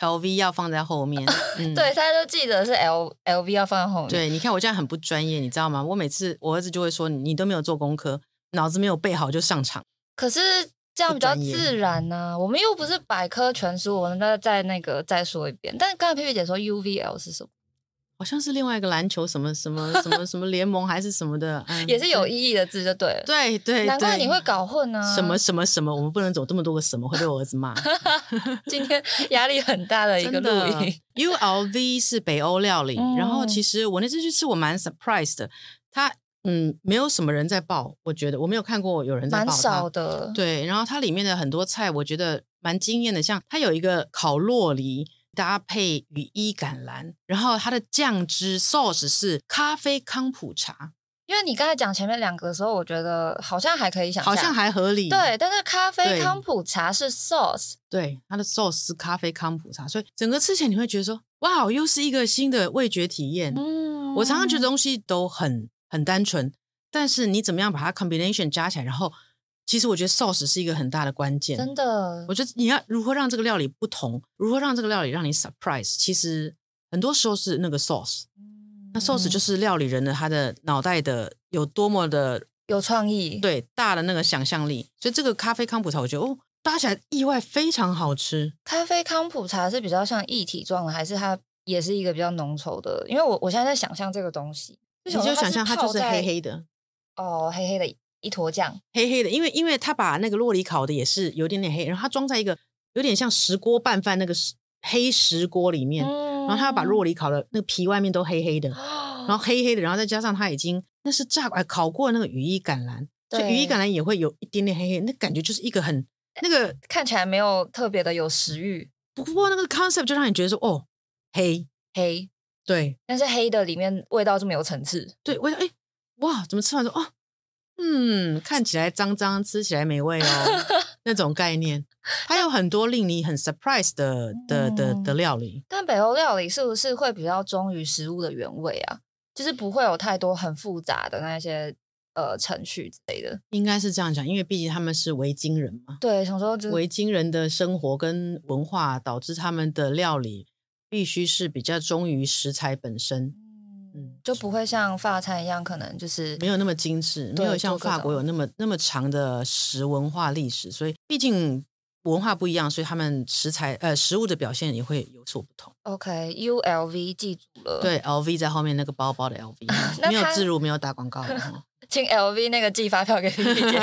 S3: LV 要放在后 面，嗯，
S2: 对，大家都记得是 L L V 要放在后面。
S3: 对，你看我这样很不专业，你知道吗？我每次我儿子就会说你你都没有做功课，脑子没有备好就上场。
S2: 可是这样
S3: 不
S2: 比较
S3: 专业
S2: 自然呢、我们又不是百科全书，我们再再那个再说一遍。但刚才佩佩姐说 U V L 是什么，
S3: 好像是另外一个篮球什么什么什么什么联盟还是什么的，嗯
S2: 也是有意义的字就对了。
S3: 对对，
S2: 难怪
S3: 对
S2: 你会搞混啊呢、
S3: 什么什么什么，我们不能走这么多个什么，会被我儿子骂。
S2: 今天压力很大的一个
S3: 真
S2: 录
S3: 的
S2: 音，
S3: ULV 是北欧料理，
S2: 嗯
S3: 然后其实我那次去吃，我蛮 surprise 的，它嗯没有什么人在报，我觉得我没有看过有人在
S2: 蛮
S3: 报它
S2: 少的。
S3: 对，然后它里面的很多菜，我觉得蛮惊艳的，像它有一个烤洛梨。搭配羽衣甘蓝，然后它的酱汁 sauce 是咖啡康普茶，
S2: 因为你刚才讲前面两个的时候，我觉得好像还可以想象，
S3: 好像还合理。
S2: 对，但是咖啡
S3: 对
S2: 康普茶是 sauce，
S3: 对，它的 sauce 是咖啡康普茶，所以整个吃起来你会觉得说，哇，又是一个新的味觉体验。
S2: 嗯
S3: 我常常觉得东西都很很单纯，但是你怎么样把它 combination 加起来，然后其实我觉得 sauce 是一个很大的关键。
S2: 真的
S3: 我觉得你要如何让这个料理不同，如何让这个料理让你 surprise，其实很多时候是那个 sauce。那
S2: 嗯
S3: sauce 就是料理人的他的脑袋的有多么的
S2: 有创意，
S3: 对大的那个想象力，所以这个咖啡康普茶，我觉得哦，搭起来意外非常好吃。
S2: 咖啡康普茶是比较像液体状的，还是它也是一个比较浓稠的？因为我我现在在想象这个东西，
S3: 你就想象它
S2: 它
S3: 就是黑
S2: 泡
S3: 黑的，
S2: 在哦，黑黑的一坨酱，
S3: 黑黑的，因为因为他把那个洛里烤的也是有点点黑，然后它装在一个有点像石锅拌饭那个石黑石锅里面，
S2: 嗯哦
S3: 然后他把洛里烤的那个皮外面都黑黑的，然后黑黑的，然后再加上它已经那是炸呃烤过的那个羽衣甘蓝，所以羽衣
S2: 对
S3: 甘蓝也会有一点点黑黑，那感觉就是一个很那个，
S2: 看起来没有特别的有食欲，
S3: 不过那个 concept 就让你觉得说哦黑，
S2: 黑，
S3: 对
S2: 但是黑的里面味道这么有层次，
S3: 对，我想哎哇，怎么吃完说哦嗯，看起来脏脏，吃起来美味 哦那种概念，它有很多令你很 surprise 的
S2: 嗯
S3: 的的的料理，
S2: 但北欧料理是不是会比较忠于食物的原味啊？就是不会有太多很复杂的那些呃程序之类的。
S3: 应该是这样讲，因为毕竟他们是维京人嘛。
S2: 对，想说就是
S3: 维京人的生活跟文化导致他们的料理必须是比较忠于食材本身，
S2: 嗯，就不会像法餐一样，可能就是
S3: 没有那么精致，没
S2: 对
S3: 有像
S2: 做各
S3: 法国有那么那么长的食文化历史，所以毕竟文化不一样，所以他们食材呃食物的表现也会有所不同。
S2: OK U L V 记住了，，
S3: 对，LV 在后面那个包包的 LV，
S2: 那
S3: 没有
S2: 它
S3: 自入，没有打广告 的哦。
S2: 请 L V 那个寄发票 给 P P 姐。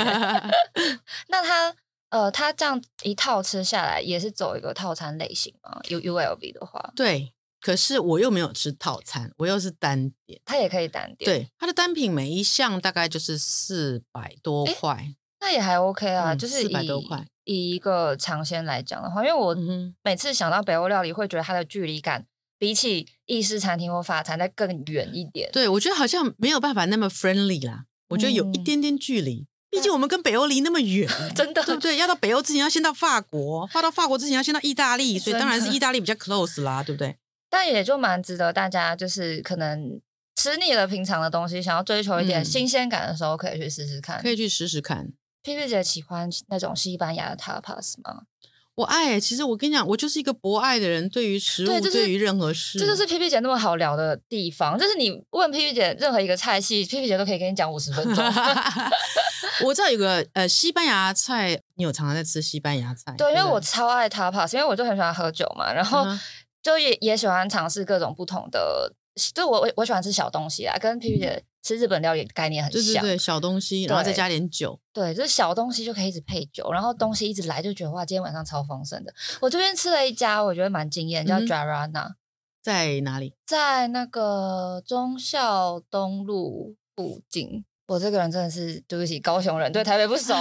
S2: 那他呃，他这样一套吃下来，也是走一个套餐类型吗？U U L V 的话，
S3: 对，可是我又没有吃套餐，我又是单点。
S2: 它也可以单点，，
S3: 对，它的单品每一项大概就是四百多
S2: 诶
S3: 块。
S2: 那也还 OK 啊，
S3: 嗯
S2: 就是
S3: 400
S2: 以
S3: 多块
S2: 以一个尝鲜来讲的话，因为我
S3: 嗯哼。
S2: 每次想到北欧料理，会觉得它的距离感比起意式餐厅或法餐再更远一 点。
S3: 对，我觉得好像没有办法那么 friendly 啦，我觉得有一
S2: 嗯
S3: 点点距离。毕竟我们跟北欧离那么远，
S2: 真的
S3: 对不对？要到北欧之前要先到法国，发到法国之前要先到意大利，所以
S2: 真
S3: 当然是
S2: 的
S3: 意大利比较 close 啦，对不 对？
S2: 但也就蛮值得大家就是可能吃腻了平常的东西，想要追求一点
S3: 嗯
S2: 新鲜感的时候，可以去试试看。
S3: 可以去试试看。
S2: P P 姐喜欢那种西班牙的 tapas 吗？
S3: 我爱欸、其实我跟你讲，我就是一个博爱的人，对于食物，
S2: 对就是
S3: 于任何事，
S2: 这就是 P P 姐那么好聊的地方，就是你问 P P 姐任何一个菜系，P P 姐都可以跟你讲五十分钟。
S3: 我知道有个呃西班牙菜，你有常常在吃西班牙菜？
S2: 对，因为
S3: 不
S2: 我超爱 tapas，因为我就很喜欢喝酒嘛，然后
S3: 嗯哼
S2: 就也也喜欢尝试各种不同的，就我我我喜欢吃小东西啊，跟 P P 姐吃日本料理概念很
S3: 嗯对对
S2: 像。
S3: 对小东西，然后再
S2: 对
S3: 加点酒，
S2: 对，就是小东西就可以一直配酒，然后东西一直来，就觉得哇，今天晚上超丰盛的。我这边吃了一家，我觉得蛮惊艳，叫
S3: 嗯哼
S2: Jarana，、
S3: 在哪里？
S2: 在那个忠孝东路附近。我这个人真的是对不起，高雄人对台北 不熟，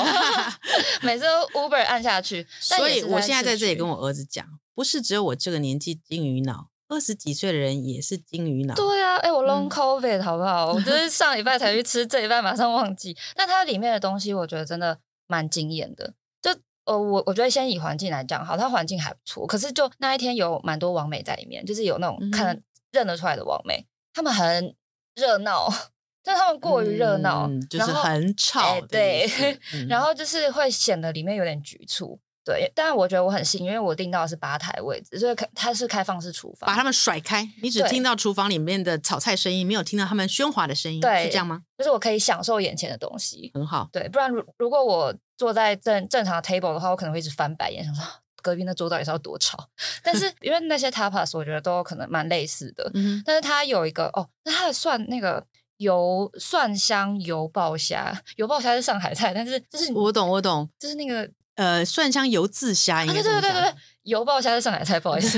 S2: 每次都 Uber 按下去。哦 但
S3: 所
S2: 也
S3: 以
S2: 是
S3: 我现在在
S2: 市
S3: 这里
S2: 区
S3: 跟我儿子讲，不是只有我这个年纪金鱼脑，二十几岁的人也是金鱼脑。
S2: 对啊，哎、我 long
S3: 嗯
S2: covid 好不好？我就是上礼拜才去吃，这礼拜马上忘记。但它里面的东西，我觉得真的蛮惊艳的。就呃，我我觉得先以环境来讲，好，它环境还不错，可是就那一天有蛮多网美在里面，就是有那种看得、
S3: 嗯
S2: 认得出来的网美，他们很热闹， 就是他们过于热闹，
S3: 嗯就
S2: 然
S3: 是
S2: 后
S3: 很吵
S2: 哎
S3: 的
S2: 对
S3: 意思。嗯
S2: 然后就是会显得里面有点局促。对，但我觉得我很幸运，因为我订到的是吧台位置，所以开它是开放式厨房，
S3: 把他们甩开，你只
S2: 对
S3: 听到厨房里面的炒菜声音，没有听到他们喧哗的声音，
S2: 对
S3: 是这样吗？
S2: 就是我可以享受眼前的东西。
S3: 很好，
S2: 对，不然如如果我坐在正正常的 table 的话，我可能会一直翻白眼，想说啊隔壁那桌到底是要多吵。但 是因为那些 tapas 我觉得都可能蛮类似的，
S3: 嗯哼，
S2: 但是它有一个哦，那它的蒜那个油蒜香油爆虾，油爆虾是上海菜，但是就是
S3: 我懂，我懂。
S2: 就是那个
S3: 呃，蒜香油自虾
S2: 啊
S3: 应该
S2: 对对
S3: 这么
S2: 对对
S3: 讲、
S2: 对，油爆虾是上海菜，不好 意思，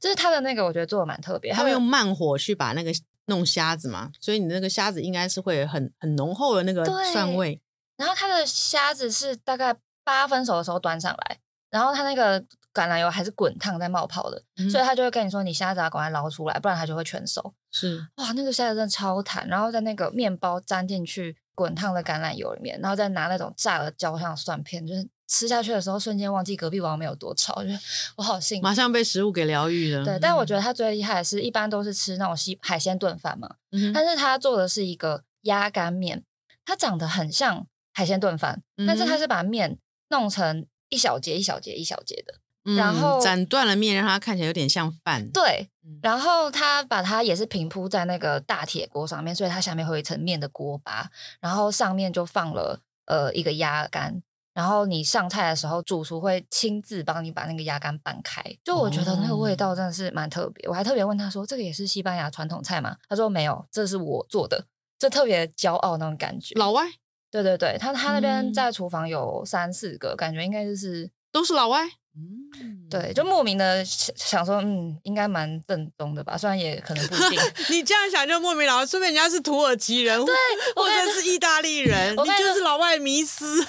S2: 就是它的那个我觉得做的蛮特别，
S3: 他
S2: 它
S3: 们
S2: 有
S3: 用慢火去把那个弄虾子嘛，所以你那个虾子应该是会很很浓厚的那个
S2: 对
S3: 蒜味，
S2: 然后它的虾子是大概八分熟的时候端上来，然后它那个橄榄油还是滚烫在冒泡的，
S3: 嗯
S2: 所以他就会跟你说你虾子要赶快捞出来，不然它就会全熟。
S3: 是
S2: 哇，那个虾子真的超弹，然后在那个面包沾进去滚烫的橄榄油里面，然后再拿那种炸的焦香蒜片，就是吃下去的时候瞬间忘记隔壁王没有多吵，我觉得我好幸福
S3: 马。上被食物给疗愈了。嗯
S2: 嗯对，但我觉得他最厉害的是，一般都是吃那种西海鲜炖饭嘛，
S3: 嗯哼
S2: 但是他做的是一个鸭肝面，它长得很像海鲜炖饭，但是
S3: 嗯
S2: 它
S3: 哼
S2: 是把面弄成一小节一小节一小节的。
S3: 嗯
S2: 然后
S3: 斩断了面，让它看起来有点像饭。
S2: 对
S3: 嗯，
S2: 然后他把它也是平铺在那个大铁锅上面，所以它下面会有一层面的锅巴，然后上面就放了呃一个鸭肝，然后你上菜的时候，主厨会亲自帮你把那个鸭肝拌开。就我觉得那
S3: 哦
S2: 个味道真的是蛮特别。我还特别问他说：“这个也是西班牙传统菜吗？”他说：“没有，这是我做的。”就特别骄傲那种感觉。
S3: 老外
S2: 对对对，他他那边
S3: 嗯
S2: 在厨房有三四个，感觉应该就是
S3: 都是老外，嗯
S2: 对，就莫名的想说，嗯，应该蛮正宗的吧，虽然也可能不一 定。
S3: 你这样想就莫名老外，说明人家是土耳其人，对，
S2: 我
S3: 或
S2: 跟
S3: 者是意大利人，
S2: 我
S3: 你
S2: 跟你
S3: 就是老外迷思。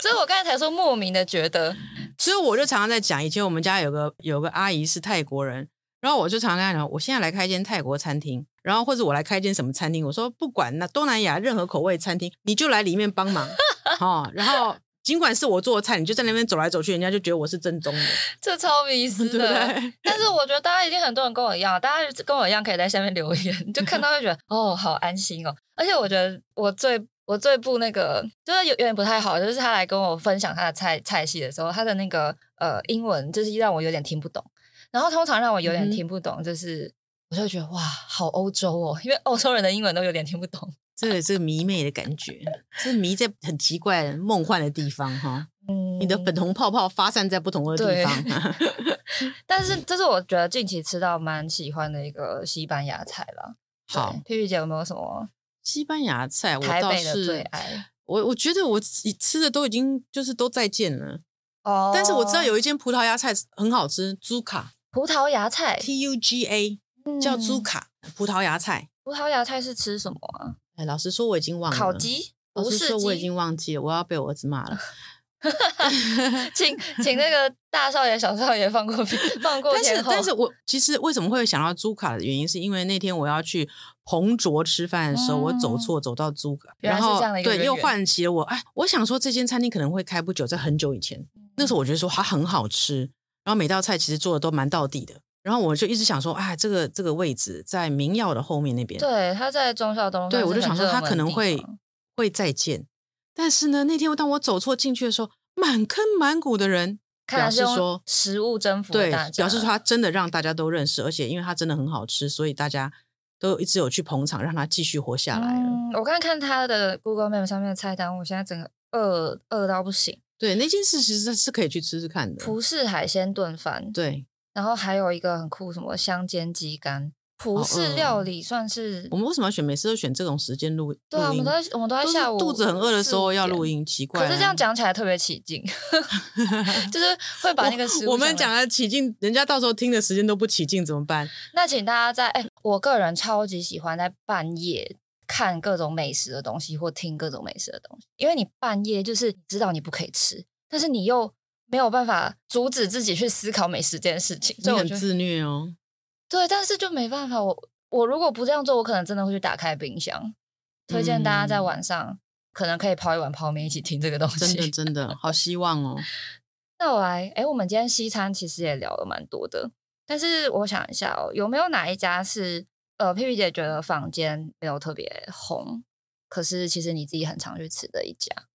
S2: 所以我刚才才说莫名的觉得，
S3: 所以我就常常在讲，以前我们家有个有个阿姨是泰国人，然后我就常常跟她讲，我现在来开一间泰国餐厅，然后或者我来开一间什么餐厅，我说不管那东南亚任何口味餐厅，你就来里面帮 忙哦，然后。尽管是我做的菜，你就在那边走来走去，人家就觉得我是正宗的，
S2: 这超迷思
S3: 对不
S2: 的。
S3: 对？
S2: 但是我觉得大家一定很多人跟我一样，大家跟我一样可以在下面留言，就看到会觉得哦，好安心哦。而且我觉得我最我最不那个就是有有点不太好，就是他来跟我分享他的菜菜系的时候，他的那个呃英文就是让我有点听不懂。然后通常让我
S3: 嗯
S2: 有点
S3: 哼
S2: 听不懂，就是、我就会觉得哇，好欧洲哦，因为欧洲人的英文都有点听不懂。
S3: 这个这个迷妹的感觉，是迷在很奇怪的梦幻的地方哈。
S2: 嗯，
S3: 你的粉红泡泡发散在不同的地
S2: 对
S3: 方，
S2: 但是这是我觉得近期吃到蛮喜欢的一个西班牙菜了。
S3: 好
S2: 对，，佩佩姐有没有什么
S3: 西班牙菜我
S2: 台
S3: 倒
S2: 北的
S3: 是
S2: 最爱？
S3: 我我觉得我吃吃的都已经就是都再见了，
S2: 哦
S3: 但是我知道有一间葡萄牙菜很好吃，猪卡
S2: 葡萄牙菜
S3: T U G A 叫猪
S2: 猪。
S3: 卡、葡萄牙菜。
S2: 葡萄牙菜是吃什么啊？
S3: 哎，老实说我已经忘了，
S2: 烤鸡？
S3: 老
S2: 不
S3: 实
S2: 是
S3: 说我已经
S2: 鸡？
S3: 忘记了，我要被我儿子骂了。
S2: 请请那个大少爷、小少爷放过放 过
S3: 但是
S2: 天，后。
S3: 但是我其实为什么会想到猪卡的原因，是因为那天我要去彭卓吃饭的时候，我走错走到猪卡，
S2: 哦原来
S3: 然
S2: 是
S3: 后
S2: 这样的一个
S3: 对，
S2: 渊
S3: 又
S2: 源
S3: 唤起了我，哎，我想说这间餐厅可能会开不久，在很久以前，
S2: 嗯
S3: 那时候我觉得说它很好吃，然后每道菜其实做的都蛮到底的，然后我就一直想说，啊，这个这个位置在明耀的后面那边，
S2: 对，他在忠孝东路
S3: 对
S2: 算
S3: 我
S2: 是
S3: 就想
S2: 很
S3: 说
S2: 热
S3: 他
S2: 门
S3: 可能
S2: 地
S3: 会
S2: 方
S3: 会再见，但是呢，那天当我走错进去的时候，满坑满谷的人，
S2: 看
S3: 表
S2: 来是
S3: 示
S2: 用
S3: 说
S2: 食物征服
S3: 对
S2: 大，家
S3: 表示说它真的让大家都认识，而且因为它真的很好吃，所以大家都一直有去捧场，让它继续活下来了。
S2: 嗯我刚刚看他的 Google Map 上面的菜单，我现在整个饿饿到不行。
S3: 对，那件事其实是可以去吃吃看的。
S2: 葡式海鲜炖饭，
S3: 对，
S2: 然后还有一个很酷，什么香煎鸡肝。葡
S3: 好
S2: 式
S3: 饿
S2: 料
S3: 哦
S2: 理算是
S3: 我们为什么要选每次都选这种时间录？
S2: 对啊，我
S3: 录音
S2: 们都在我们都在
S3: 都是
S2: 下午
S3: 肚子很饿的时候要
S2: 4
S3: 录
S2: 点。
S3: 音，奇怪
S2: 可
S3: 了。
S2: 是这样讲起来特别起劲， 就是会把那个食物
S3: 我，我们
S2: 想得
S3: 讲的起劲，人家到时候听的时间都不起劲怎么办？
S2: 那请大家在哎、我个人超级喜欢在半夜看各种美食的东西，或听各种美食的东西，因为你半夜就是知道你不可以吃，但是你又没有办法阻止自己去思考美食这件事情，
S3: 你
S2: 所以我
S3: 很
S2: 觉得
S3: 自虐哦。
S2: 对，但是就没办法，我我如果不这样做，我可能真的会去打开冰箱。推荐大家在
S3: 嗯
S2: 晚上、可能可以泡一碗泡面，一起听这个东
S3: 真的
S2: 西。
S3: 真的，好希望哦。
S2: 那我来，哎，我们今天西餐其实也聊了蛮多的，但是我想一下哦，有没有哪一家是呃，P P 姐觉得房间没有特别红，可是其实你自己很常去吃的一家？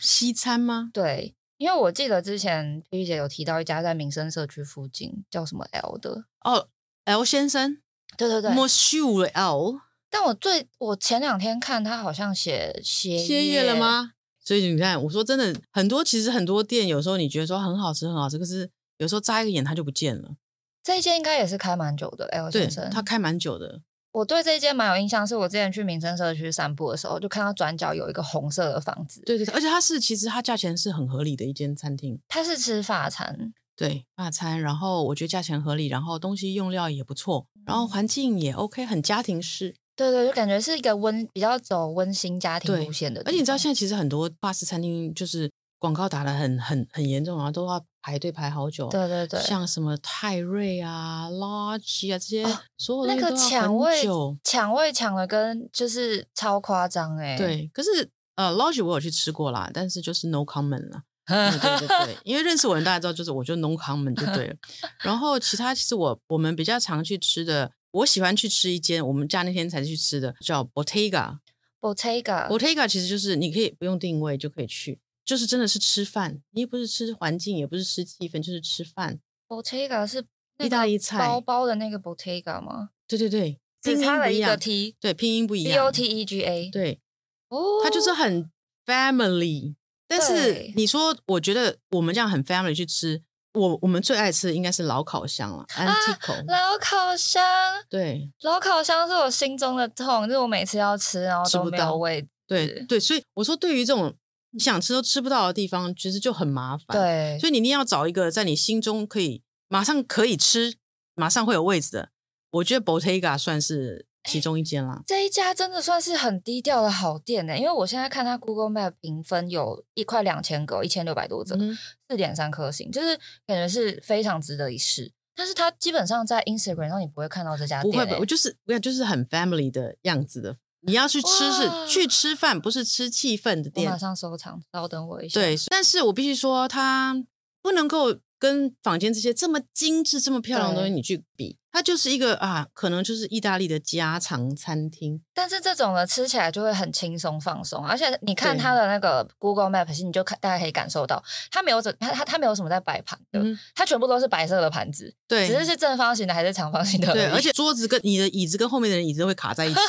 S3: 西餐吗？
S2: 对，因为我记得之前 P P 姐有提到一家在民生社区附近叫什么 L 的，
S3: 哦，L 先生
S2: 对对对。
S3: ，Monsieur L，
S2: 但我最我前两天看他好像写歇
S3: 歇业了？吗？所以你看，我说真的，很多其实很多店有时候你觉得说很好吃很好吃，可是有时候眨一个眼它就不见了。
S2: 这一间应该也是开蛮久的，L
S3: 对
S2: 哦先生，。
S3: 它开蛮久的，
S2: 我对这一间蛮有印象，是我之前去民生社区散步的时候，就看到转角有一个红色的房子，
S3: 对对对，而且它是其实它价钱是很合理的一间餐厅，
S2: 它是吃法餐，
S3: 对法餐，然后我觉得价钱合理，然后东西用料也不错，然后环境也 OK，很家庭式。
S2: 对对，就感觉是一个温比较走温馨家庭
S3: 对
S2: 路线的地
S3: 而
S2: 方。
S3: 且你知道现在其实很多法式餐厅就是广告打的很很很严重，然后都要排队排好久。
S2: 对对对，
S3: 像什么泰瑞啊、拉吉啊这些，
S2: 哦
S3: 所有
S2: 那
S3: 东西
S2: 个
S3: 都要
S2: 抢
S3: 很
S2: 位
S3: 久
S2: 抢位抢的跟就是超夸张哎、欸，
S3: 对，可是呃 l o g i 我有去吃过啦，但是就是 no comment 啦。对对对 对，因为认识我的人大家知道，就是我就 no comment 就对了。然后其他其实我我们比较常去吃的，我喜欢去吃一间，我们家那天才去吃的叫 Bottega。
S2: ，Bottega，
S3: Bottega 其实就是你可以不用定位就可以去，就是真的是吃饭，你也不是吃环境，也不是吃气氛，就是吃饭。
S2: Bottega 是那
S3: 意大
S2: 个
S3: 利菜
S2: 包包的那个 Bottega 吗？
S3: 对对对，拼
S2: 只
S3: 音
S2: 差
S3: 不
S2: 了
S3: 一
S2: 一
S3: 样
S2: 个，T，
S3: 对拼音不一
S2: B O
S3: 样。
S2: T E G A，
S3: 对，
S2: 哦，
S3: 它就是很 family。但是
S2: 对
S3: 你说，我觉得我们这样很 family 去吃，我我们最爱吃的应该是老烤箱了，Antico。
S2: 啊老烤箱，
S3: 对
S2: 老烤箱是我心中的痛，就是我每次要吃，然后
S3: 吃
S2: 都
S3: 不
S2: 没
S3: 到
S2: 有味。
S3: 对
S2: 是嗯
S3: 对，所以我说，对于这种你想吃都吃不到的地方，其实就很麻烦。，
S2: 对，
S3: 所以你一定要找一个在你心中可以马上可以吃，马上会有位置的。我觉得 Bottega 算是
S2: 哎
S3: 其中一间啦。
S2: 这一家真的算是很低调的好店呢、欸因为我现在看它 Google Map 评分有一块两千个，一千六百多折，
S3: 嗯
S2: 四点三颗星，就是感觉是非常值得一试。但是它基本上在 Instagram 上你不会看到这家
S3: 不
S2: 店、欸，
S3: 会吧？我就是我想就是很 family 的样子的。你要去吃
S2: 哇
S3: 是去吃饭，不是吃气氛的
S2: 我马
S3: 店。
S2: 上收藏，稍等我一下。
S3: 对，但是我必须说，它不能够跟坊间这些这么精致、这么漂亮的东西
S2: 对
S3: 你去比，它就是一个啊，可能就是意大利的家常餐厅。
S2: 但是这种呢，吃起来就会很轻松放松，而且你看
S3: 对
S2: 它的那个 Google Map，其实你就看大家可以感受到，它没有怎它它它没有什么在摆盘的，
S3: 嗯
S2: 它全部都是白色的盘子，
S3: 对，
S2: 只是是正方形的还是长方形的已。
S3: 对，而且桌子跟你的椅子跟后面的人椅子会卡在一 起。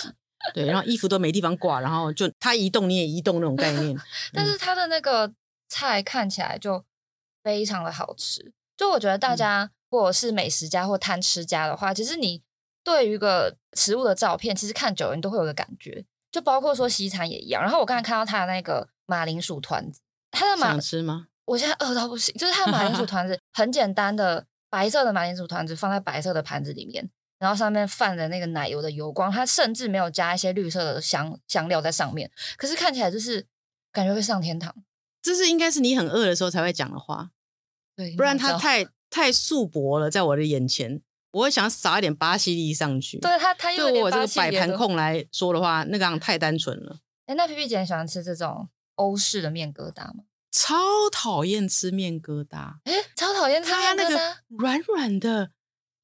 S3: 对，然后衣服都没地方挂，然后就它移动你也移动那种概 念。嗯
S2: 但是它的那个菜看起来就非常的好吃。就我觉
S3: 嗯
S2: 得大家如果是美食家或贪吃家的话，其实你对于一个食物的照片，其实看久了你都会有个感觉。就包括说西餐也一样。然后我刚才看到它的那个马铃薯团子，它的马
S3: 想吃吗？
S2: 我现在饿到不行，就是它的马铃薯团子很简单的白色的马铃薯团子放在白色的盘子里面，然后上面泛着那个奶油的油光，它甚至没有加一些绿色的香香料在上面，可是看起来就是感觉会上天堂。
S3: 这是应该是你很饿的时候才会讲的话，
S2: 对，
S3: 不然
S2: 你知
S3: 它
S2: 道
S3: 太太素薄了，在我的眼前，我会想撒一点巴西利上去。
S2: 对它它有
S3: 对
S2: 点
S3: 我这
S2: 巴
S3: 个
S2: 西
S3: 摆
S2: 别
S3: 盘
S2: 的。
S3: 控来说的话，那个样太单纯了，
S2: 哎，那皮皮姐你喜欢吃这种欧式的面疙瘩吗？
S3: 超讨厌吃面疙瘩。
S2: 哎，超讨厌吃
S3: 它
S2: 面
S3: 那
S2: 疙瘩
S3: 个。软软的，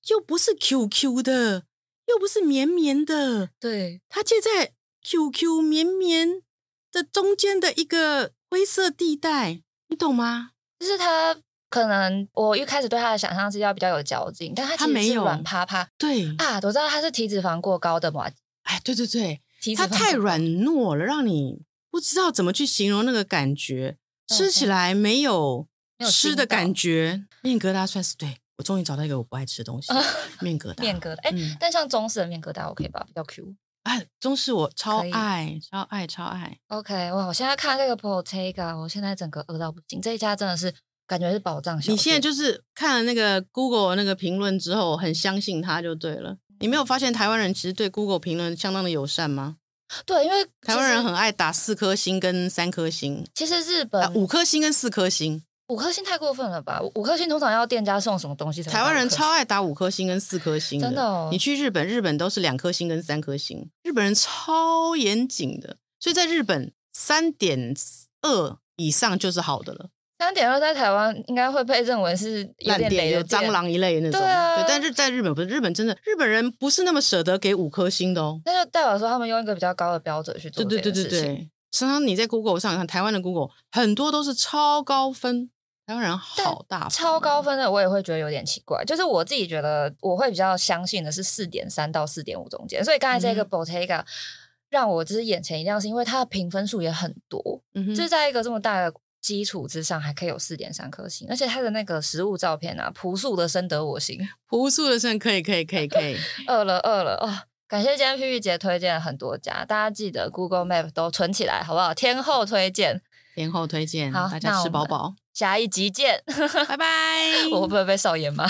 S3: 又不是 QQ 的，又不是绵绵的，
S2: 对，
S3: 它介在 QQ 绵绵的中间的一个灰色地带，你懂吗？
S2: 就是它可能我一开始对它的想象是要比较有嚼劲，但它
S3: 它
S2: 其实
S3: 没
S2: 是
S3: 有
S2: 软趴趴
S3: 对，
S2: 啊！我知道它是体脂肪过高的嘛，
S3: 哎，对对对，
S2: 体脂
S3: 它
S2: 肪
S3: 太
S2: 过高
S3: 软糯了，让你不知道怎么去形容那个感觉，
S2: 嗯
S3: 吃起来没有
S2: 没有
S3: 吃的
S2: 筋道
S3: 感觉。面疙瘩算是对我终于找到一个我不爱吃的东西， 面疙瘩。
S2: 面疙瘩。哎、
S3: 嗯
S2: 但像中式的面疙瘩，OK 吧？比较 Q。
S3: 啊，中式我超
S2: 可以
S3: 爱，超爱，超爱。
S2: OK，哇！我现在看这个 Bottega，我现在整个饿到不行。这一家真的是感觉是宝藏小店。
S3: 你现在就是看了那个 Google 那个评论之后，很相信它就对了。你没有发现台湾人其实对 Google 评论相当的友善吗？
S2: 对，因为
S3: 台湾人
S2: 其实
S3: 很爱打四颗星跟三颗星，
S2: 其实日本、
S3: 啊，五颗星跟四颗星。
S2: 五颗星太过分了吧？五五颗星通常要店家送什么东西才会
S3: 台湾人
S2: 打五颗
S3: 超爱打五颗星跟四颗星
S2: 真的哦
S3: 你去日本，日本都是两颗星跟三颗星，日本人超严谨的，所以在日本三点二以上就是好的了。
S2: 三点二在台湾应该会被认为是有
S3: 烂
S2: 点
S3: 店
S2: 雷
S3: 有
S2: 的
S3: 蟑。螂一类那种，
S2: 对啊
S3: 但是在日本不是，日本真的日本人不是那么舍得给五颗星的哦。
S2: 那就代表说他们用一个比较高的标准去做
S3: 对
S2: 这
S3: 对对
S2: 件
S3: 对
S2: 事情。
S3: 对，常常你在 Google 上看台湾的 Google，很多都是超高分，台湾人好大方哦
S2: 超高，分的我也会觉得有点奇怪，就是我自己觉得我会比较相信的是四点三到四点五中间，所以刚才这个
S3: 嗯
S2: Bottega 让我就是眼前一亮，是因为它的评分数也很多，
S3: 嗯
S2: 就是
S3: 哼，
S2: 在一个这么大的基础之上，还可以有四点三颗星，而且它的那个食物照片啊，朴素的深得我心，
S3: 朴素的声可以可以可以可 以，
S2: 饿了饿了哦。感谢今天皮皮姐推荐了很多家，大家记得 Google Map 都存起来好不好？天后推荐，
S3: 年后推荐
S2: 好
S3: 大
S2: 那
S3: 家
S2: 我
S3: 吃饱
S2: 们
S3: 饱，
S2: 下一集见。
S3: 拜拜。
S2: 我会不会被少爷骂？